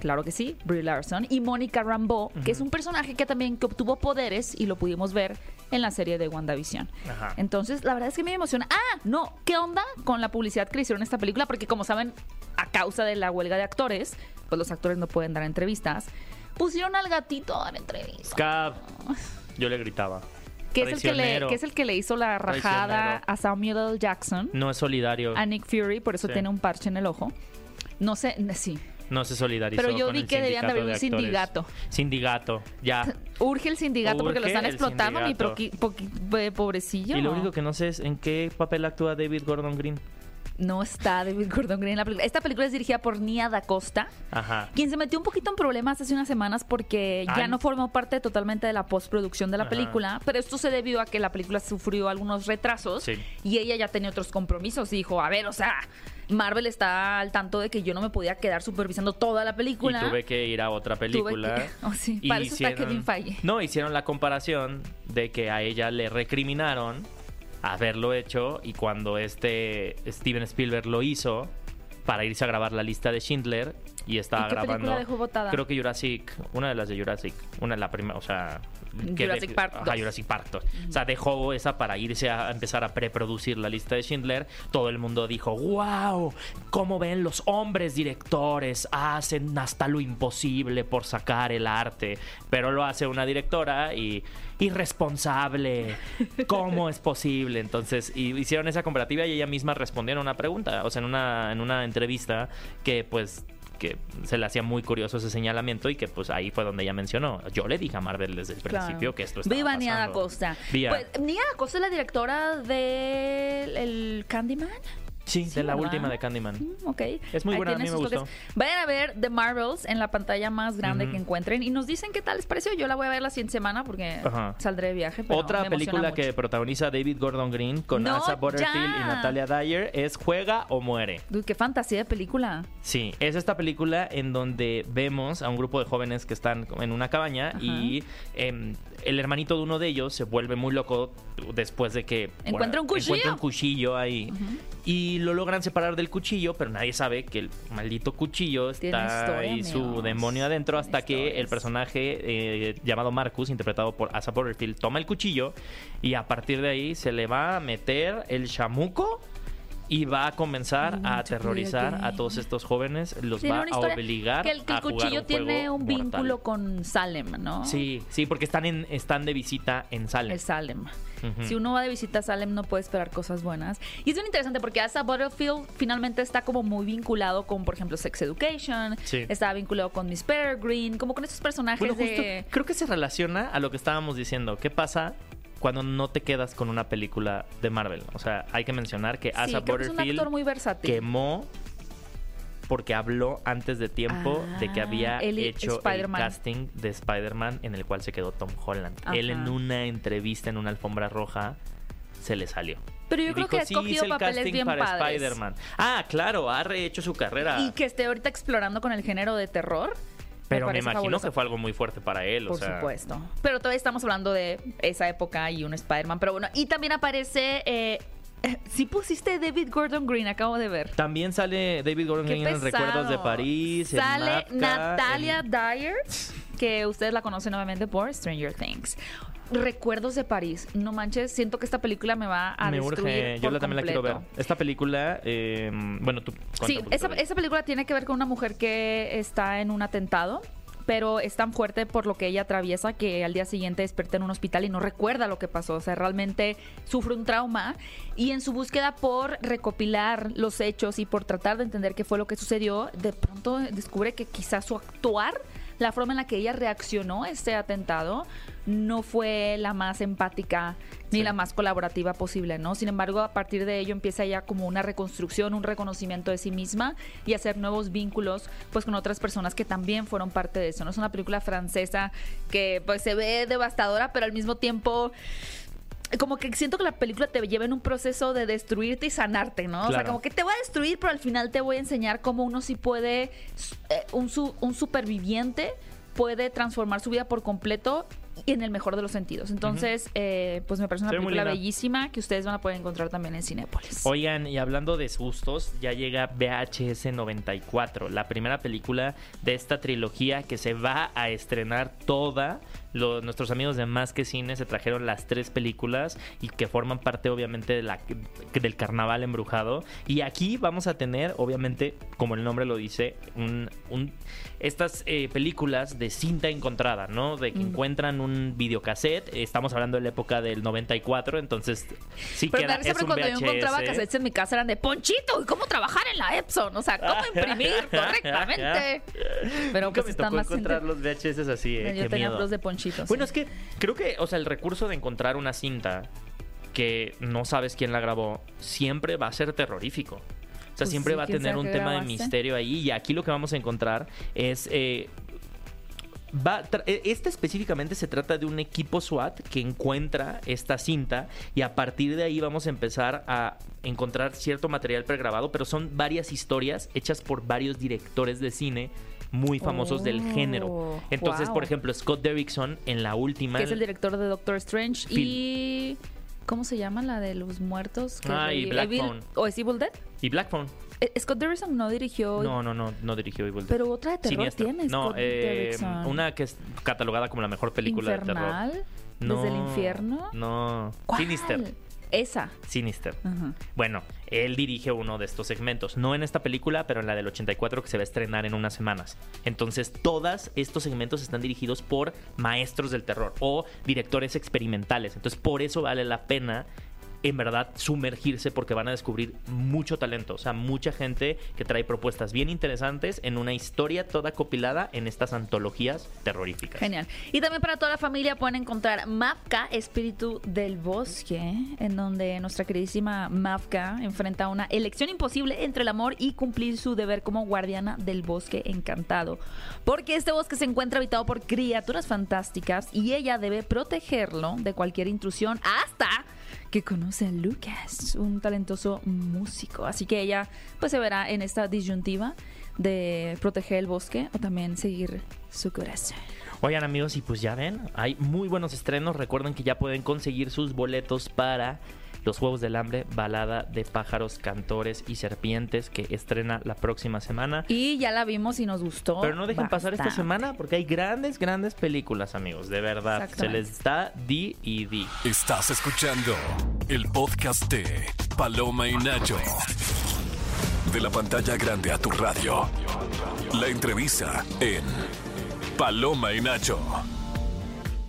[SPEAKER 3] claro que sí, Brie Larson y Mónica Rambeau, que es un personaje que también que obtuvo poderes y lo pudimos ver en la serie de WandaVision.
[SPEAKER 2] Ajá.
[SPEAKER 3] Entonces, la verdad es que a mí me emociona. Ah, no, ¿qué onda con la publicidad que le hicieron a esta película? Porque como saben, a causa de la huelga de actores, pues los actores no pueden dar entrevistas. Pusieron al gatito a dar entrevistas.
[SPEAKER 2] Scab. Yo le gritaba.
[SPEAKER 3] Que es, el que, le,
[SPEAKER 2] Traicionero.
[SPEAKER 3] que es el que le hizo la rajada
[SPEAKER 2] Traicionero.
[SPEAKER 3] a Samuel L. Jackson,
[SPEAKER 2] No es solidario.
[SPEAKER 3] a Nick Fury, por eso
[SPEAKER 2] Sí.
[SPEAKER 3] tiene un parche en el ojo. No sé, sí.
[SPEAKER 2] No se solidarizó.
[SPEAKER 3] Pero yo
[SPEAKER 2] con
[SPEAKER 3] vi
[SPEAKER 2] el
[SPEAKER 3] que debían de haber un
[SPEAKER 2] sindicato de actores. Sindigato,
[SPEAKER 3] <laughs>
[SPEAKER 2] ya.
[SPEAKER 3] Urge el sindicato porque lo
[SPEAKER 2] Urge
[SPEAKER 3] están
[SPEAKER 2] el
[SPEAKER 3] explotando, mi
[SPEAKER 2] sindicato.
[SPEAKER 3] proqui- poqui- eh, pobrecillo.
[SPEAKER 2] Y lo único que no sé es en qué papel actúa David Gordon Green.
[SPEAKER 3] No está David Gordon Green en la película. Esta película es dirigida por Nia Da Costa.
[SPEAKER 2] Ajá.
[SPEAKER 3] Quien se metió un poquito en problemas hace unas semanas porque
[SPEAKER 2] Ay.
[SPEAKER 3] ya no formó parte totalmente de la postproducción de la
[SPEAKER 2] Ajá.
[SPEAKER 3] película, pero esto se debió a que la película sufrió algunos retrasos
[SPEAKER 2] Sí.
[SPEAKER 3] y ella ya tenía otros compromisos y dijo, a ver, o sea, Marvel está al tanto de que yo no me podía quedar supervisando toda la
[SPEAKER 2] Y
[SPEAKER 3] película.
[SPEAKER 2] tuve que ir a otra película.
[SPEAKER 3] que- <laughs> Oh, sí,
[SPEAKER 2] Y
[SPEAKER 3] para eso está Kevin Feige.
[SPEAKER 2] No, hicieron la comparación de que a ella le recriminaron haberlo hecho y cuando este Steven Spielberg lo hizo para irse a grabar la lista de Schindler y estaba
[SPEAKER 5] ¿Y qué película
[SPEAKER 2] grabando
[SPEAKER 5] dejó botada?
[SPEAKER 2] creo que Jurassic una de las de Jurassic una de la primera o sea que
[SPEAKER 3] Jurassic Park
[SPEAKER 2] ajá,
[SPEAKER 3] dos.
[SPEAKER 2] Jurassic Park dos. o sea dejó esa para irse a empezar a preproducir la lista de Schindler todo el mundo dijo wow cómo ven los hombres directores hacen hasta lo imposible por sacar el arte pero lo hace una directora y irresponsable cómo es posible entonces y hicieron esa comparativa y ella misma respondió en una pregunta o sea en una en una entrevista que pues que se le hacía muy curioso ese señalamiento y que pues ahí fue donde ella mencionó. Yo le dije a Marvel desde el
[SPEAKER 3] Claro.
[SPEAKER 2] principio que esto estaba
[SPEAKER 3] Viva
[SPEAKER 2] pasando.
[SPEAKER 3] Niada Costa.
[SPEAKER 2] Vía.
[SPEAKER 5] Pues, Nia Acosta es la directora del el Candyman.
[SPEAKER 2] sí, de la
[SPEAKER 3] ¿verdad?
[SPEAKER 2] última de Candyman.
[SPEAKER 3] Mm, Ok.
[SPEAKER 2] Es muy
[SPEAKER 3] Ahí
[SPEAKER 2] buena, a
[SPEAKER 3] tienen
[SPEAKER 2] mí me
[SPEAKER 3] sus
[SPEAKER 2] gustó.
[SPEAKER 3] toques. Vayan a ver The Marvels en la pantalla más grande
[SPEAKER 2] Ujú.
[SPEAKER 3] que encuentren y nos dicen qué tal les pareció. Yo la voy a ver la siguiente semana porque
[SPEAKER 2] Ajá.
[SPEAKER 3] saldré de viaje. pero
[SPEAKER 2] Otra
[SPEAKER 3] me emociona
[SPEAKER 2] película
[SPEAKER 3] mucho.
[SPEAKER 2] que protagoniza David Gordon Green con
[SPEAKER 3] No,
[SPEAKER 2] Asa Butterfield
[SPEAKER 3] ya.
[SPEAKER 2] y Natalia Dyer es Juega o Muere.
[SPEAKER 3] Dude, qué fantasía de película.
[SPEAKER 2] Sí, es esta película en donde vemos a un grupo de jóvenes que están en una cabaña y em, el hermanito de uno de ellos se vuelve muy loco después de que
[SPEAKER 3] Encuentra un cuchillo.
[SPEAKER 2] encuentra un cuchillo ahí y lo logran separar del cuchillo, pero nadie sabe que el maldito cuchillo
[SPEAKER 3] Tiene
[SPEAKER 2] está
[SPEAKER 3] historia,
[SPEAKER 2] y su
[SPEAKER 3] amigos.
[SPEAKER 2] demonio adentro
[SPEAKER 3] Tiene
[SPEAKER 2] hasta que el
[SPEAKER 3] historias.
[SPEAKER 2] personaje eh, llamado Marcus, interpretado por Asa Butterfield, toma el cuchillo y a partir de ahí se le va a meter el chamuco y va a comenzar a aterrorizar a todos estos jóvenes, los
[SPEAKER 3] Tiene
[SPEAKER 2] va
[SPEAKER 3] una
[SPEAKER 2] a
[SPEAKER 3] historia
[SPEAKER 2] obligar
[SPEAKER 3] que el, que el
[SPEAKER 2] a jugar
[SPEAKER 3] cuchillo
[SPEAKER 2] un
[SPEAKER 3] tiene
[SPEAKER 2] juego
[SPEAKER 3] un
[SPEAKER 2] mortal.
[SPEAKER 3] vínculo con Salem, ¿no?
[SPEAKER 2] Sí, sí, porque están en están de visita en Salem.
[SPEAKER 3] El Salem.
[SPEAKER 2] Ujú.
[SPEAKER 3] Si uno va de visita a Salem no puede esperar cosas buenas. Y es bien interesante porque hasta Butterfield finalmente está como muy vinculado con, por ejemplo, Sex Education.
[SPEAKER 2] Sí.
[SPEAKER 3] Está vinculado con Miss Peregrine, como con estos personajes
[SPEAKER 2] Bueno, justo
[SPEAKER 3] de...
[SPEAKER 2] creo que se relaciona a lo que estábamos diciendo. ¿Qué pasa cuando no te quedas con una película de Marvel? O sea, hay que mencionar que
[SPEAKER 3] sí,
[SPEAKER 2] Asa
[SPEAKER 3] creo que es un actor
[SPEAKER 2] Butterfield
[SPEAKER 3] muy versátil.
[SPEAKER 2] quemó porque habló antes de tiempo
[SPEAKER 3] Ah,
[SPEAKER 2] de que había
[SPEAKER 3] el-
[SPEAKER 2] hecho el
[SPEAKER 3] Spider-Man.
[SPEAKER 2] casting de Spider-Man en el cual se quedó Tom Holland.
[SPEAKER 3] Ajá.
[SPEAKER 2] Él en una entrevista en una alfombra roja se le salió.
[SPEAKER 3] Pero yo
[SPEAKER 2] Y
[SPEAKER 3] creo
[SPEAKER 2] dijo,
[SPEAKER 3] que ha
[SPEAKER 2] "Sí,
[SPEAKER 3] escogido
[SPEAKER 2] hice el
[SPEAKER 3] papeles
[SPEAKER 2] casting
[SPEAKER 3] bien
[SPEAKER 2] para
[SPEAKER 3] padres.
[SPEAKER 2] Spider-Man. Ah, claro, ha rehecho su carrera.
[SPEAKER 3] Y que esté ahorita explorando con el género de terror.
[SPEAKER 2] Pero me,
[SPEAKER 3] parece
[SPEAKER 2] imagino
[SPEAKER 3] fabuloso.
[SPEAKER 2] que fue algo muy fuerte para él. o
[SPEAKER 3] Por
[SPEAKER 2] sea,
[SPEAKER 3] supuesto. Pero todavía estamos hablando de esa época y un Spider-Man. Pero bueno, y también aparece. Eh, <laughs> sí pusiste David Gordon Green, acabo de ver.
[SPEAKER 2] También sale David Gordon
[SPEAKER 3] Qué
[SPEAKER 2] Green en
[SPEAKER 3] pesado.
[SPEAKER 2] Recuerdos de París. en
[SPEAKER 3] Sale
[SPEAKER 2] Napka,
[SPEAKER 3] Natalia
[SPEAKER 2] en-
[SPEAKER 3] Dyer, que ustedes la conocen obviamente por Stranger Things. Recuerdos de París. No manches, siento que esta película me va a
[SPEAKER 2] Me
[SPEAKER 3] destruir
[SPEAKER 2] urge, yo
[SPEAKER 3] por
[SPEAKER 2] la- también la quiero ver.
[SPEAKER 3] completo.
[SPEAKER 2] Esta película, eh, bueno, tú. cuenta
[SPEAKER 3] Sí,
[SPEAKER 2] un poquito
[SPEAKER 3] esa,
[SPEAKER 2] de ella.
[SPEAKER 3] esa película tiene que ver con una mujer que está en un atentado, pero es tan fuerte por lo que ella atraviesa que al día siguiente despierta en un hospital y no recuerda lo que pasó. O sea, realmente sufre un trauma y en su búsqueda por recopilar los hechos y por tratar de entender qué fue lo que sucedió, de pronto descubre que quizás su actuar, la forma en la que ella reaccionó a este atentado, no fue la más empática ni
[SPEAKER 2] Sí.
[SPEAKER 3] la más colaborativa posible, ¿no? Sin embargo, a partir de ello empieza ya como una reconstrucción, un reconocimiento de sí misma y hacer nuevos vínculos, pues con otras personas que también fueron parte de eso, ¿no? Es una película francesa que pues se ve devastadora, pero al mismo tiempo como que siento que la película te lleva en un proceso de destruirte y sanarte, ¿no? O sea,
[SPEAKER 2] Claro.
[SPEAKER 3] como que te va a destruir, pero al final te voy a enseñar cómo uno sí puede, eh, un, su- un superviviente puede transformar su vida por completo y en el mejor de los sentidos. Entonces, eh, pues me parece una
[SPEAKER 2] Se ve muy
[SPEAKER 3] película
[SPEAKER 2] linda.
[SPEAKER 3] bellísima que ustedes van a poder encontrar también en Cinépolis.
[SPEAKER 2] Oigan, y hablando de sustos, ya llega VHS 94, la primera película de esta trilogía que se va a estrenar toda. Lo- nuestros amigos de Más que Cine se trajeron las tres películas y que forman parte obviamente de la- del carnaval embrujado. Y aquí vamos a tener, obviamente, como el nombre lo dice, un, un- estas eh, películas de cinta encontrada, ¿no? De que encuentran un videocassette. Estamos hablando de la época del 94, entonces sí
[SPEAKER 3] Pero me
[SPEAKER 2] queda,
[SPEAKER 3] da risa
[SPEAKER 2] es un
[SPEAKER 3] porque cuando yo encontraba
[SPEAKER 2] VHS.
[SPEAKER 3] cassettes en mi casa eran de Ponchito y cómo trabajar en la Epson, o sea,
[SPEAKER 2] <laughs>
[SPEAKER 3] cómo imprimir correctamente. Pero
[SPEAKER 2] Nunca
[SPEAKER 3] pues
[SPEAKER 2] me
[SPEAKER 3] está
[SPEAKER 2] tocó
[SPEAKER 3] más
[SPEAKER 2] encontrar los VHS así, eh,
[SPEAKER 3] Yo
[SPEAKER 2] qué
[SPEAKER 3] tenía
[SPEAKER 2] miedo.
[SPEAKER 3] los de Ponchito. sí.
[SPEAKER 2] Bueno, es que creo que, o sea, el recurso de encontrar una cinta que no sabes quién la grabó siempre va a ser terrorífico. O sea,
[SPEAKER 3] Pues
[SPEAKER 2] siempre
[SPEAKER 3] sí,
[SPEAKER 2] va a
[SPEAKER 3] quién
[SPEAKER 2] tener
[SPEAKER 3] sabe
[SPEAKER 2] un
[SPEAKER 3] qué
[SPEAKER 2] tema de
[SPEAKER 3] grabaste.
[SPEAKER 2] misterio ahí. Y aquí lo que vamos a encontrar es eh, Va, tra- e- esta específicamente se trata de un equipo SWAT que encuentra esta cinta y a partir de ahí vamos a empezar a encontrar cierto material pregrabado, pero son varias historias hechas por varios directores de cine muy famosos del
[SPEAKER 3] Oh,
[SPEAKER 2] género. Entonces,
[SPEAKER 3] wow.
[SPEAKER 2] por ejemplo, Scott Derrickson en la última...
[SPEAKER 3] que es el director de Doctor Strange
[SPEAKER 2] Phil.
[SPEAKER 3] y ¿Cómo se llama la de los muertos? Que
[SPEAKER 2] Ah, y
[SPEAKER 3] revi-
[SPEAKER 2] Black
[SPEAKER 3] Evil-
[SPEAKER 2] Phone.
[SPEAKER 3] ¿O es Evil Dead?
[SPEAKER 2] ¿Y Black Phone?
[SPEAKER 3] Eh, Scott Derrickson no dirigió.
[SPEAKER 2] No, no, no, no dirigió Evil Dead.
[SPEAKER 3] Pero otra de terror
[SPEAKER 2] Siniestro.
[SPEAKER 3] tiene
[SPEAKER 2] No,
[SPEAKER 3] Scott
[SPEAKER 2] eh,
[SPEAKER 3] Derrickson.
[SPEAKER 2] una que es catalogada como la mejor película
[SPEAKER 3] Infernal,
[SPEAKER 2] de terror. No,
[SPEAKER 3] ¿Desde el infierno?
[SPEAKER 2] No.
[SPEAKER 3] ¿Cuál?
[SPEAKER 2] Sinister.
[SPEAKER 3] Esa.
[SPEAKER 2] Sinister.
[SPEAKER 3] Ajá.
[SPEAKER 2] Bueno, él dirige uno de estos segmentos, no en esta película, pero en la del 84 que se va a estrenar en unas semanas. Entonces, todos estos segmentos están dirigidos por maestros del terror o directores experimentales. Entonces, por eso vale la pena en verdad sumergirse porque van a descubrir mucho talento, o sea, mucha gente que trae propuestas bien interesantes en una historia toda compilada en estas antologías terroríficas.
[SPEAKER 3] Genial. Y también para toda la familia pueden encontrar Mafka, Espíritu del Bosque, en donde nuestra queridísima Mafka enfrenta una elección imposible entre el amor y cumplir su deber como guardiana del bosque encantado. Porque este bosque se encuentra habitado por criaturas fantásticas y ella debe protegerlo de cualquier intrusión hasta que conoce a Lucas, un talentoso músico. Así que ella pues se verá en esta disyuntiva de proteger el bosque o también seguir su corazón.
[SPEAKER 2] Oigan amigos, y pues ya ven, hay muy buenos estrenos. Recuerden que ya pueden conseguir sus boletos para Los Juegos del Hambre, Balada de Pájaros, Cantores y Serpientes, que estrena la próxima semana.
[SPEAKER 3] Y ya la vimos y nos gustó.
[SPEAKER 2] Pero no dejen pasar esta
[SPEAKER 3] bastante.
[SPEAKER 2] semana porque hay grandes, grandes películas, amigos. De verdad, se
[SPEAKER 3] Exactamente.
[SPEAKER 2] les da di y di.
[SPEAKER 1] Estás escuchando el podcast de Paloma y Nacho. De la pantalla grande a tu radio. La entrevista en Paloma y Nacho.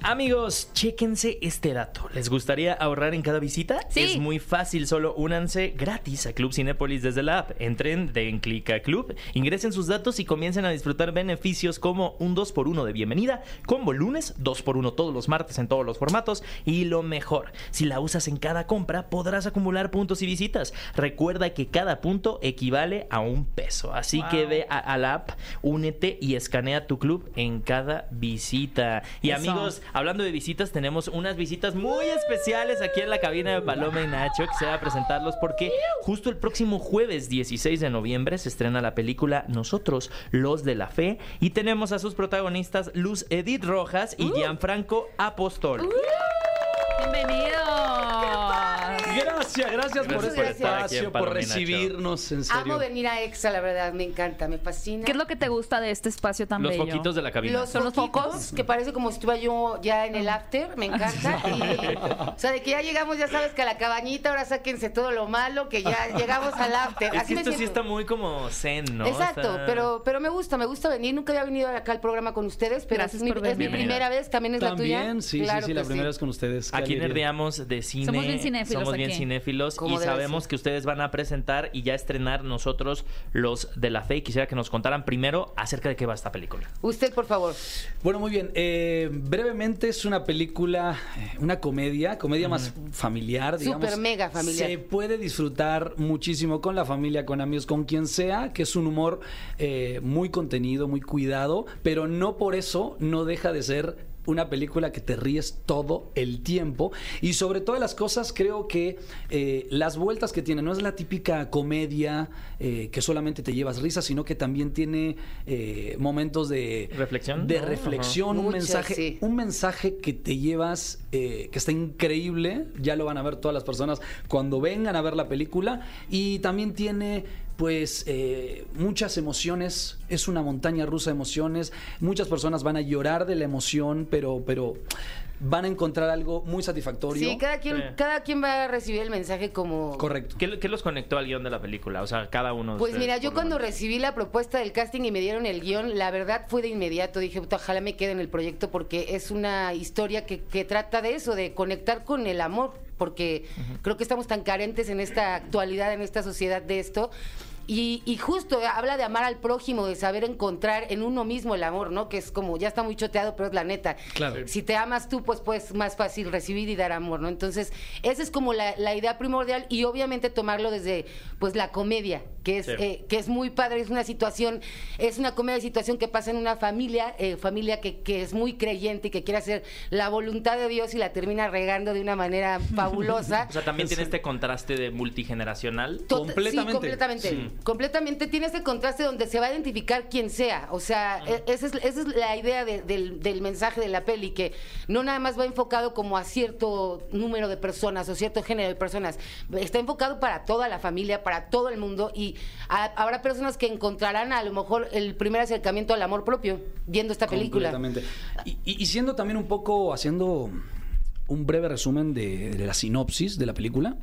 [SPEAKER 2] Amigos, chéquense este dato. ¿Les gustaría ahorrar en cada visita?
[SPEAKER 3] Sí.
[SPEAKER 2] Es muy fácil, solo únanse gratis a Club Cinépolis desde la app. Entren, den clic a Club, ingresen sus datos y comiencen a disfrutar beneficios como un 2x1 de bienvenida, combo lunes, 2x1 todos los martes en todos los formatos y lo mejor, si la usas en cada compra podrás acumular puntos y visitas. Recuerda que cada punto equivale a un peso, así que ve a, a la app, únete y escanea tu club en cada visita. Y
[SPEAKER 3] Eso.
[SPEAKER 2] amigos, Hablando de visitas, tenemos unas visitas muy especiales aquí en la cabina de Paloma y Nacho que se va a presentarlos porque justo el próximo jueves 16 de noviembre se estrena la película Nosotros, los de la fe y tenemos a sus protagonistas Luz Edith Rojas
[SPEAKER 6] Uh.
[SPEAKER 2] y Gianfranco Apostol.
[SPEAKER 3] ¡Uh! Bienvenidos.
[SPEAKER 7] Gracias, gracias por
[SPEAKER 2] Gracias
[SPEAKER 7] este
[SPEAKER 2] por estar aquí en
[SPEAKER 7] espacio, por
[SPEAKER 2] Paloma y Nacho.
[SPEAKER 7] recibirnos, en serio.
[SPEAKER 6] Amo venir a EXA, la verdad, me encanta, me fascina.
[SPEAKER 3] ¿Qué es lo que te gusta de este espacio tan
[SPEAKER 2] Los
[SPEAKER 3] bello?
[SPEAKER 2] poquitos de la cabina.
[SPEAKER 6] los son los focos, que parece como si estuviera yo ya en el
[SPEAKER 3] Ah.
[SPEAKER 6] after, me encanta. Y, o sea, de que ya llegamos, ya sabes que a la cabañita, ahora sáquense todo lo malo,
[SPEAKER 2] <laughs>
[SPEAKER 6] que ya llegamos al after.
[SPEAKER 2] Es que
[SPEAKER 6] Así me
[SPEAKER 2] esto sí
[SPEAKER 6] siento.
[SPEAKER 2] está muy como zen, ¿no?
[SPEAKER 6] Exacto,
[SPEAKER 2] Está-
[SPEAKER 6] pero, pero me gusta, me gusta venir. Nunca había venido acá al programa con ustedes, pero
[SPEAKER 3] Gracias
[SPEAKER 6] es, mi,
[SPEAKER 3] por
[SPEAKER 6] es mi
[SPEAKER 3] venir.
[SPEAKER 6] primera vez, también es la tuya.
[SPEAKER 7] También, sí,
[SPEAKER 6] Claro
[SPEAKER 7] sí, sí, la
[SPEAKER 6] que
[SPEAKER 7] primera es con ustedes. qué
[SPEAKER 2] Aquí
[SPEAKER 7] alegría.
[SPEAKER 2] nerdeamos de cine.
[SPEAKER 3] Somos bien cinéfilos
[SPEAKER 2] Somos bien
[SPEAKER 3] aquí.
[SPEAKER 2] cinéfilos
[SPEAKER 6] ¿Cómo
[SPEAKER 2] y
[SPEAKER 6] debe
[SPEAKER 2] sabemos
[SPEAKER 6] ser?
[SPEAKER 2] que ustedes van a presentar y ya estrenar nosotros los de la fe. Y quisiera que nos contaran primero acerca de qué va esta película.
[SPEAKER 6] Usted, por favor.
[SPEAKER 7] Bueno, muy bien. eh, brevemente es una película, eh, una comedia, comedia más familiar, digamos.
[SPEAKER 6] Súper mega familiar.
[SPEAKER 7] Se puede disfrutar muchísimo con la familia, con amigos, con quien sea, que es un humor eh, muy contenido, muy cuidado, pero no por eso no deja de ser una película que te ríes todo el tiempo y sobre todas las cosas creo que eh, las vueltas que tiene no es la típica comedia eh, que solamente te llevas risas sino que también tiene eh, momentos de
[SPEAKER 2] Reflexión,
[SPEAKER 7] de
[SPEAKER 2] ¿no?
[SPEAKER 7] reflexión un
[SPEAKER 6] Muchas,
[SPEAKER 7] mensaje
[SPEAKER 6] sí.
[SPEAKER 7] un mensaje que te llevas eh, que está increíble ya lo van a ver todas las personas cuando vengan a ver la película y también tiene pues eh, muchas emociones es una montaña rusa de emociones muchas personas van a llorar de la emoción pero pero van a encontrar algo muy satisfactorio
[SPEAKER 6] Sí, cada quien,
[SPEAKER 2] Sí.
[SPEAKER 6] cada quien va a recibir el mensaje como,
[SPEAKER 7] correcto
[SPEAKER 2] ¿Qué, qué los conectó al guión de la película? O sea, cada uno. de
[SPEAKER 6] Pues
[SPEAKER 2] ustedes,
[SPEAKER 6] mira,
[SPEAKER 2] por
[SPEAKER 6] yo
[SPEAKER 2] lo
[SPEAKER 6] cuando
[SPEAKER 2] menos.
[SPEAKER 6] recibí la propuesta del casting y me dieron el guión, la verdad fue de inmediato. Dije, "Puta, ojalá me quede en el proyecto porque es una historia que, que trata de eso, de conectar con el amor, porque creo que estamos tan carentes en esta actualidad, en esta sociedad de esto. Y, y justo habla de amar al prójimo, de saber encontrar en uno mismo el amor, ¿no? Que es como, ya está muy choteado, pero es la neta.
[SPEAKER 7] Claro.
[SPEAKER 6] Si te amas tú, pues pues más fácil recibir y dar amor, ¿no? Entonces, esa es como la, la idea primordial y obviamente tomarlo desde, pues, la comedia, que es,
[SPEAKER 2] Sí.
[SPEAKER 6] eh, que es muy padre, es una situación, es una comedia de situación que pasa en una familia, eh, familia que, que es muy creyente y que quiere hacer la voluntad de Dios y la termina regando de una manera fabulosa.
[SPEAKER 2] O sea, también tiene este contraste de multigeneracional.
[SPEAKER 6] Tot-
[SPEAKER 7] Completamente.
[SPEAKER 6] Sí, completamente.
[SPEAKER 7] Sí.
[SPEAKER 6] Completamente tiene ese contraste donde se va a identificar quien sea. O sea, e- esa es, esa es la idea de- del, del mensaje de la peli, que no nada más va enfocado como a cierto número de personas o cierto género de personas. Está enfocado para toda la familia, para todo el mundo y a- habrá personas que encontrarán a lo mejor el primer acercamiento al amor propio viendo esta película.
[SPEAKER 7] Completamente. Y, y- y siendo también un poco, haciendo un breve resumen de, de la sinopsis de la película,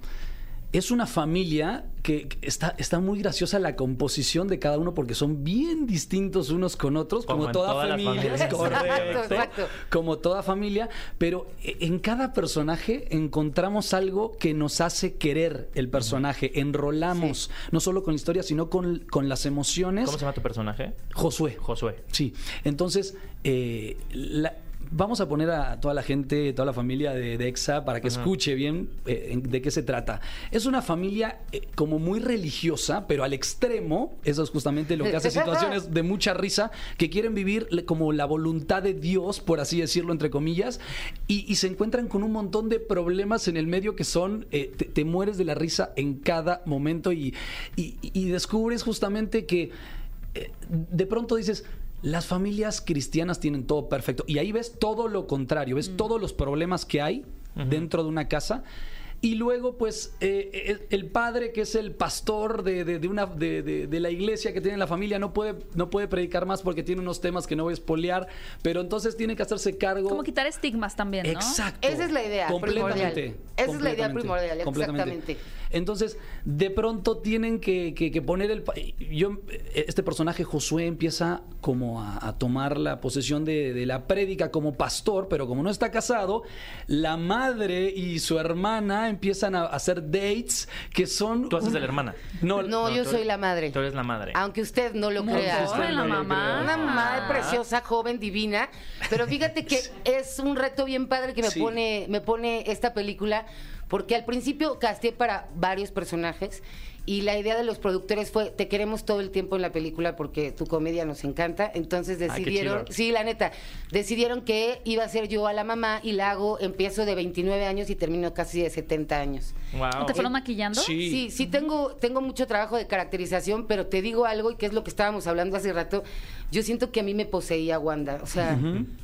[SPEAKER 7] es una familia que que está, está muy graciosa la composición de cada uno porque son bien distintos unos con otros, como,
[SPEAKER 2] Como en
[SPEAKER 7] toda
[SPEAKER 2] todas las
[SPEAKER 7] familia.
[SPEAKER 2] familias.
[SPEAKER 7] <laughs> correcto.
[SPEAKER 6] <laughs> Exacto, exacto.
[SPEAKER 7] Como toda familia, pero e- en cada personaje encontramos algo que nos hace querer el personaje. Enrolamos, no solo con la historia, sino con, con las emociones.
[SPEAKER 2] ¿Cómo se llama tu personaje?
[SPEAKER 7] Josué.
[SPEAKER 2] Josué.
[SPEAKER 7] Sí, entonces eh, la- vamos a poner a toda la gente, toda la familia de, de EXA para que escuche bien eh, en- de qué se trata. Es una familia eh, como muy religiosa, pero al extremo, eso es justamente lo que hace situaciones de mucha risa, que quieren vivir le- como la voluntad de Dios, por así decirlo, entre comillas, y, y se encuentran con un montón de problemas en el medio que son, eh, te, te mueres de la risa en cada momento y- y- y descubres justamente que eh, de pronto dices, las familias cristianas tienen todo perfecto. Y ahí ves todo lo contrario, ves todos los problemas que hay dentro de una casa. Y luego, pues, eh, eh, el padre, que es el pastor de, de- de una, de, de- de la iglesia que tiene la familia, no puede, no puede predicar más porque tiene unos temas que no voy a espolear, pero entonces tiene que hacerse cargo.
[SPEAKER 3] Como quitar estigmas también, ¿no?
[SPEAKER 7] Exacto.
[SPEAKER 6] Esa es la idea primordial.
[SPEAKER 7] Completamente.
[SPEAKER 6] Esa es la idea
[SPEAKER 7] completamente,
[SPEAKER 6] primordial,
[SPEAKER 7] completamente.
[SPEAKER 6] exactamente.
[SPEAKER 7] Entonces, de pronto tienen que, que- que poner el... pa- Yo, este personaje, Josué, empieza como a, a tomar la posesión de, de la prédica como pastor, pero como no está casado, la madre y su hermana empiezan a hacer dates que son...
[SPEAKER 2] Tú haces
[SPEAKER 7] un-
[SPEAKER 2] de la hermana.
[SPEAKER 7] No,
[SPEAKER 6] No, yo
[SPEAKER 2] tú
[SPEAKER 6] soy
[SPEAKER 2] eres-
[SPEAKER 6] la madre.
[SPEAKER 2] Tú eres la madre.
[SPEAKER 6] Aunque usted no lo
[SPEAKER 3] No,
[SPEAKER 6] crea.
[SPEAKER 3] pues, Pobre la
[SPEAKER 2] no lo
[SPEAKER 3] mamá.
[SPEAKER 2] creo.
[SPEAKER 6] Una madre preciosa, joven, divina. Pero fíjate que es un reto bien padre que me
[SPEAKER 7] Sí.
[SPEAKER 6] pone, me pone esta película, porque al principio casté para varios personajes. Y la idea de los productores fue, te queremos todo el tiempo en la película porque tu comedia nos encanta. Entonces
[SPEAKER 2] Ay, qué
[SPEAKER 6] decidieron,
[SPEAKER 2] chido.
[SPEAKER 6] sí, la neta, decidieron que iba a ser yo a la mamá y la hago, empiezo de 29 años y termino casi de 70 años.
[SPEAKER 2] Wow.
[SPEAKER 3] ¿Te fueron maquillando?
[SPEAKER 7] Sí.
[SPEAKER 6] Sí, sí, tengo, tengo mucho trabajo de caracterización, pero te digo algo y que es lo que estábamos hablando hace rato. Yo siento que a mí me poseía Wanda, o sea,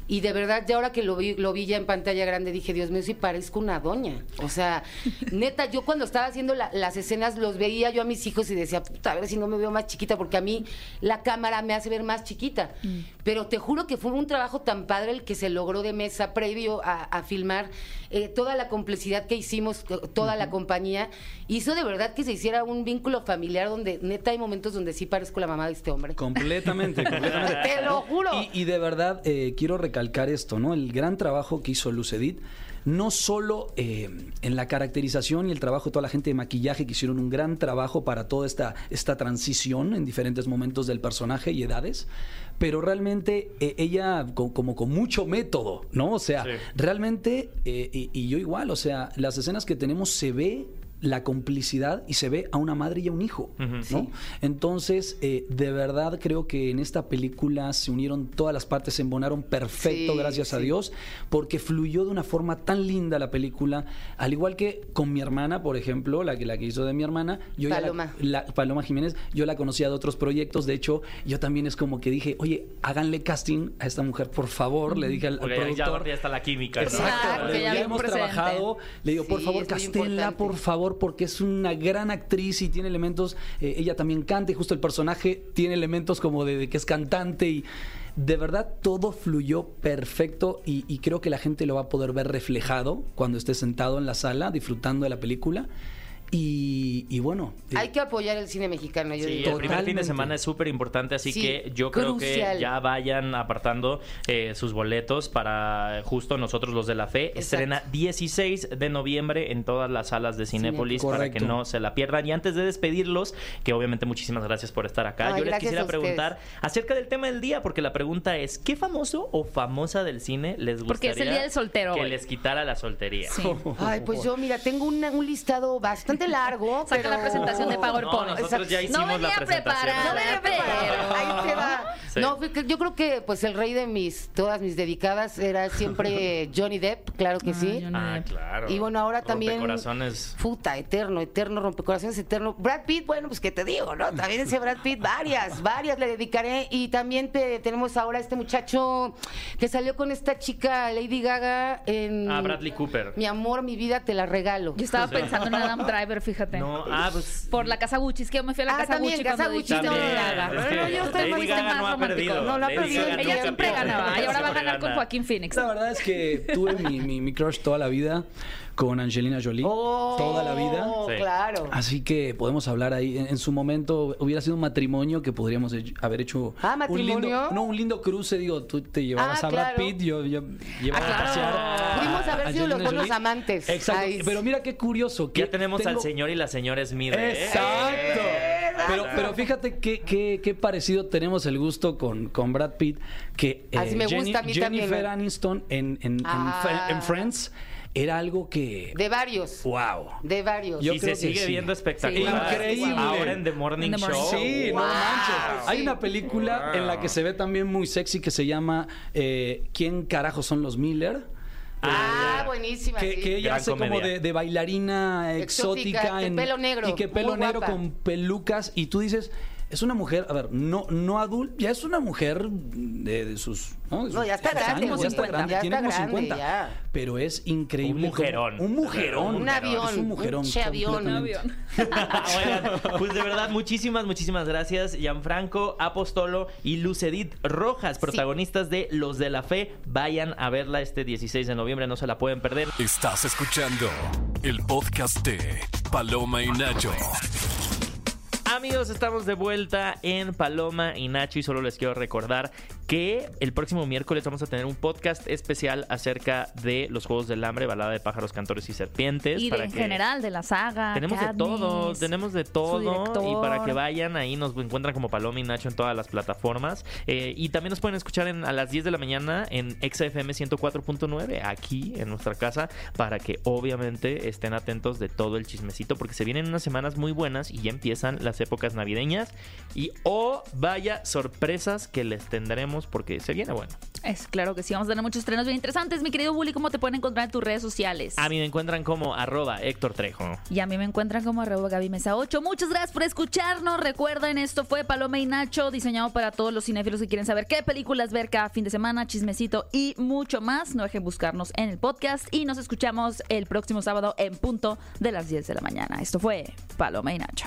[SPEAKER 6] y de verdad ya ahora que lo vi, lo vi ya en pantalla grande dije, Dios mío, si parezco una doña, o sea, neta, yo cuando estaba haciendo la- las escenas los veía yo a mis hijos y decía, puta, a ver si no me veo más chiquita, porque a mí la cámara me hace ver más chiquita,
[SPEAKER 5] Mm.
[SPEAKER 6] pero te juro que fue un trabajo tan padre el que se logró de mesa previo a, a filmar eh, toda la complicidad que hicimos, to- toda la compañía, hizo de verdad que se hiciera un vínculo familiar donde neta hay momentos donde sí parezco la mamá de este hombre.
[SPEAKER 7] Completamente, completamente.
[SPEAKER 6] Te
[SPEAKER 2] <laughs>
[SPEAKER 6] lo juro.
[SPEAKER 7] Y, y de verdad eh, quiero recalcar esto, ¿no? El gran trabajo que hizo Luz Edith, no solo eh, en la caracterización y el trabajo de toda la gente de maquillaje que hicieron un gran trabajo para toda esta, esta transición en diferentes momentos del personaje y edades, pero realmente eh, ella co- como con mucho método, ¿no? O sea,
[SPEAKER 2] Sí.
[SPEAKER 7] realmente, eh, y, y yo igual, o sea, las escenas que tenemos se ve la complicidad y se ve a una madre y a un hijo, ¿no? Entonces, eh, de verdad creo que en esta película se unieron todas las partes, se embonaron perfecto,
[SPEAKER 6] Sí,
[SPEAKER 7] gracias a
[SPEAKER 6] sí.
[SPEAKER 7] Dios, porque fluyó de una forma tan linda la película, al igual que con mi hermana, por ejemplo, la que, la que hizo de mi hermana, yo ya la-
[SPEAKER 6] Paloma.
[SPEAKER 7] la- Paloma Jiménez, yo la conocía de otros proyectos, de hecho, yo también es como que dije, oye, háganle casting a esta mujer, por favor, le dije al, al
[SPEAKER 2] Porque ya- ya,
[SPEAKER 7] productor.
[SPEAKER 2] ya está la química. ¿no?
[SPEAKER 6] Ah,
[SPEAKER 3] Exacto,
[SPEAKER 7] Le
[SPEAKER 3] ya
[SPEAKER 7] digo,
[SPEAKER 3] había
[SPEAKER 7] eh, ya
[SPEAKER 3] un
[SPEAKER 7] hemos
[SPEAKER 3] precedente.
[SPEAKER 7] trabajado. Le digo, por
[SPEAKER 6] Sí,
[SPEAKER 7] favor,
[SPEAKER 6] es muy
[SPEAKER 7] Castella,
[SPEAKER 6] importante.
[SPEAKER 7] por favor, porque es una gran actriz y tiene elementos. eh, ella también canta y justo el personaje tiene elementos como de, de que es cantante y. De verdad, todo fluyó perfecto y, y creo que la gente lo va a poder ver reflejado cuando esté sentado en la sala disfrutando de la película. Y, y bueno, eh,
[SPEAKER 6] Hay que apoyar el cine mexicano, yo
[SPEAKER 2] Sí,
[SPEAKER 6] digo.
[SPEAKER 2] el primer fin de
[SPEAKER 7] Totalmente.
[SPEAKER 2] semana es súper importante, así
[SPEAKER 6] Sí,
[SPEAKER 2] que yo creo
[SPEAKER 6] crucial.
[SPEAKER 2] que ya vayan apartando eh, sus boletos para justo nosotros los de la fe.
[SPEAKER 6] Exacto.
[SPEAKER 2] Estrena 16 de noviembre en todas las salas de Cinépolis
[SPEAKER 7] Cinépolis.
[SPEAKER 2] para que
[SPEAKER 7] Correcto.
[SPEAKER 2] no se la pierdan. Y antes de despedirlos, que obviamente muchísimas gracias por estar acá,
[SPEAKER 6] Ay,
[SPEAKER 2] yo les
[SPEAKER 6] gracias a
[SPEAKER 2] quisiera
[SPEAKER 6] ustedes.
[SPEAKER 2] preguntar acerca del tema del día, porque la pregunta es, ¿qué famoso o famosa del cine les gustaría
[SPEAKER 3] Porque es el día del soltero
[SPEAKER 2] que
[SPEAKER 3] hoy.
[SPEAKER 2] les quitara la soltería?
[SPEAKER 3] Sí.
[SPEAKER 6] Ay, pues yo, mira, tengo una- un listado bastante bastante largo.
[SPEAKER 5] Saca la
[SPEAKER 6] pero-
[SPEAKER 5] presentación
[SPEAKER 6] <laughs>
[SPEAKER 5] de PowerPoint.
[SPEAKER 2] No, nosotros ya hicimos
[SPEAKER 5] venía
[SPEAKER 2] la presentación.
[SPEAKER 5] preparada,
[SPEAKER 6] No venía preparada. Ahí te va.
[SPEAKER 2] Sí.
[SPEAKER 6] No, fue que yo creo que pues el rey de mis todas mis dedicadas era
[SPEAKER 2] <laughs>
[SPEAKER 6] siempre Johnny Depp, claro que sí.
[SPEAKER 3] Johnny
[SPEAKER 2] Ah, claro.
[SPEAKER 6] eh, Y bueno, ahora también
[SPEAKER 2] Corazones.
[SPEAKER 6] Puta, eterno, eterno, rompecorazones, eterno. Brad Pitt, bueno, pues qué te digo, ¿no? También ese Brad Pitt, varias, varias le dedicaré. Y también te- tenemos ahora este muchacho que salió con esta chica, Lady Gaga, en.
[SPEAKER 2] Ah, Bradley Cooper.
[SPEAKER 6] Mm, Mi amor, mi vida, te la regalo.
[SPEAKER 3] Yo estaba pensando en Adam Driver, fíjate.
[SPEAKER 2] Pues, No, ah, pues.
[SPEAKER 3] Por la casa Gucci, es que yo me fui a la
[SPEAKER 6] Ah,
[SPEAKER 3] casa
[SPEAKER 6] también,
[SPEAKER 3] Gucci
[SPEAKER 6] casa
[SPEAKER 3] cuando
[SPEAKER 6] Gucci
[SPEAKER 3] dijiste
[SPEAKER 6] también.
[SPEAKER 3] Lady Gaga.
[SPEAKER 6] Gaga. Pero yo estoy
[SPEAKER 2] Lady
[SPEAKER 6] más-
[SPEAKER 2] Gaga
[SPEAKER 3] más
[SPEAKER 2] no ha
[SPEAKER 3] romántico.
[SPEAKER 2] perdido.
[SPEAKER 6] No, no ha
[SPEAKER 2] Lady
[SPEAKER 6] perdido.
[SPEAKER 2] Gaga
[SPEAKER 6] Ella
[SPEAKER 2] nunca
[SPEAKER 6] siempre
[SPEAKER 2] pierde.
[SPEAKER 6] ganaba,
[SPEAKER 3] y ahora va a ganar con
[SPEAKER 2] Gana.
[SPEAKER 3] Joaquín Phoenix.
[SPEAKER 7] La verdad es que tuve mi, mi, mi crush toda la vida con Angelina Jolie.
[SPEAKER 6] Oh,
[SPEAKER 7] toda la vida.
[SPEAKER 2] Sí.
[SPEAKER 6] Claro.
[SPEAKER 7] Así que podemos hablar ahí. En, en su momento hubiera sido un matrimonio que podríamos he- haber hecho.
[SPEAKER 6] Ah,
[SPEAKER 7] Un
[SPEAKER 6] ¿matrimonio?
[SPEAKER 7] lindo, no, un lindo cruce. Digo, tú te llevabas
[SPEAKER 6] Ah,
[SPEAKER 7] a Brad
[SPEAKER 6] claro. Ah,
[SPEAKER 7] Pitt, yo, yo llevaba
[SPEAKER 6] claro.
[SPEAKER 7] a pasear. a-
[SPEAKER 6] Pudimos haber
[SPEAKER 7] a
[SPEAKER 6] sido los
[SPEAKER 7] Angelina
[SPEAKER 6] buenos
[SPEAKER 7] Jolie.
[SPEAKER 6] amantes.
[SPEAKER 7] Exacto.
[SPEAKER 6] Ay,
[SPEAKER 7] Pero mira qué curioso. Que
[SPEAKER 2] Ya tenemos al
[SPEAKER 7] tengo-
[SPEAKER 2] señor y la señora Smith. ¿eh?
[SPEAKER 7] Exacto. Pero, pero fíjate qué, qué, qué parecido tenemos el gusto con, con Brad Pitt, que eh,
[SPEAKER 6] Así me gusta a mí
[SPEAKER 7] Jennifer
[SPEAKER 6] también. ¿eh?
[SPEAKER 7] Aniston en, en, en
[SPEAKER 6] Ah.
[SPEAKER 7] Fri- en Friends era algo que...
[SPEAKER 6] De varios.
[SPEAKER 7] ¡Wow!
[SPEAKER 6] De varios.
[SPEAKER 7] Yo
[SPEAKER 2] y se
[SPEAKER 7] creo que
[SPEAKER 2] sigue
[SPEAKER 7] sí.
[SPEAKER 2] viendo espectacular.
[SPEAKER 7] Sí, increíble.
[SPEAKER 2] Ahora en The Morning,
[SPEAKER 3] En The Morning
[SPEAKER 2] Show.
[SPEAKER 3] Show.
[SPEAKER 7] Sí, no
[SPEAKER 6] Wow.
[SPEAKER 7] manches. Hay
[SPEAKER 6] Sí.
[SPEAKER 7] una película en la que se ve también muy sexy que se llama eh, ¿Quién carajo son los Miller?
[SPEAKER 6] Ah, buenísima.
[SPEAKER 7] Que,
[SPEAKER 6] sí.
[SPEAKER 7] que ella
[SPEAKER 2] Gran
[SPEAKER 7] hace como
[SPEAKER 2] comedia.
[SPEAKER 7] de, de bailarina
[SPEAKER 6] Exótica,
[SPEAKER 7] exótica.
[SPEAKER 6] de pelo negro,
[SPEAKER 7] Y que pelo
[SPEAKER 6] muy
[SPEAKER 7] negro
[SPEAKER 6] guapa.
[SPEAKER 7] con pelucas. Y tú dices, es una mujer, a ver, no, no adulta, ya es una mujer de, de sus. No, De sus
[SPEAKER 6] No, ya está
[SPEAKER 7] 60
[SPEAKER 6] grande,
[SPEAKER 7] años,
[SPEAKER 6] güey.
[SPEAKER 7] ya está grande,
[SPEAKER 6] Ya
[SPEAKER 7] tiene
[SPEAKER 6] está
[SPEAKER 7] como
[SPEAKER 6] grande,
[SPEAKER 7] 50.
[SPEAKER 6] ya.
[SPEAKER 7] Pero es increíble.
[SPEAKER 2] Un mujerón.
[SPEAKER 7] como- un mujerón.
[SPEAKER 6] Un avión,
[SPEAKER 7] Es un mujerón.
[SPEAKER 6] un che avión.
[SPEAKER 7] completamente.
[SPEAKER 2] <laughs> Oigan, pues de verdad, muchísimas, muchísimas gracias, Gianfranco, Apostolo y Lucedit Rojas, protagonistas de Los de la Fe. Vayan a verla este 16 de noviembre, no se la pueden perder.
[SPEAKER 1] Estás escuchando el podcast de Paloma y Nacho.
[SPEAKER 2] Amigos, estamos de vuelta en Paloma y Nacho y solo les quiero recordar que el próximo miércoles vamos a tener un podcast especial acerca de los Juegos del Hambre, balada de pájaros, cantores y serpientes.
[SPEAKER 3] Y de, en
[SPEAKER 2] que-
[SPEAKER 3] general, de la saga.
[SPEAKER 2] Tenemos de todo,
[SPEAKER 3] Katniss.
[SPEAKER 2] tenemos de todo. Y
[SPEAKER 3] director.
[SPEAKER 2] para que vayan, ahí nos encuentran como Paloma y Nacho en todas las plataformas. Eh, y también nos pueden escuchar en- a las 10 de la mañana en XFM 104.9, aquí en nuestra casa, para que obviamente estén atentos de todo el chismecito, porque se vienen unas semanas muy buenas y ya empiezan las épocas navideñas. Y oh, vaya sorpresas que les tendremos, porque se viene bueno.
[SPEAKER 3] Es claro que sí, vamos a tener muchos estrenos bien interesantes. Mi querido Bully, ¿cómo te pueden encontrar en tus redes sociales?
[SPEAKER 2] A mí me encuentran como arroba Héctor Trejo.
[SPEAKER 3] Y a mí me encuentran como arroba Gaby Mesa 8. Muchas gracias por escucharnos. Recuerden, esto fue Paloma y Nacho, diseñado para todos los cinéfilos que quieren saber qué películas ver cada fin de semana, chismecito y mucho más. No dejen buscarnos en el podcast y nos escuchamos el próximo sábado en punto de las 10 de la mañana. Esto fue Paloma y Nacho.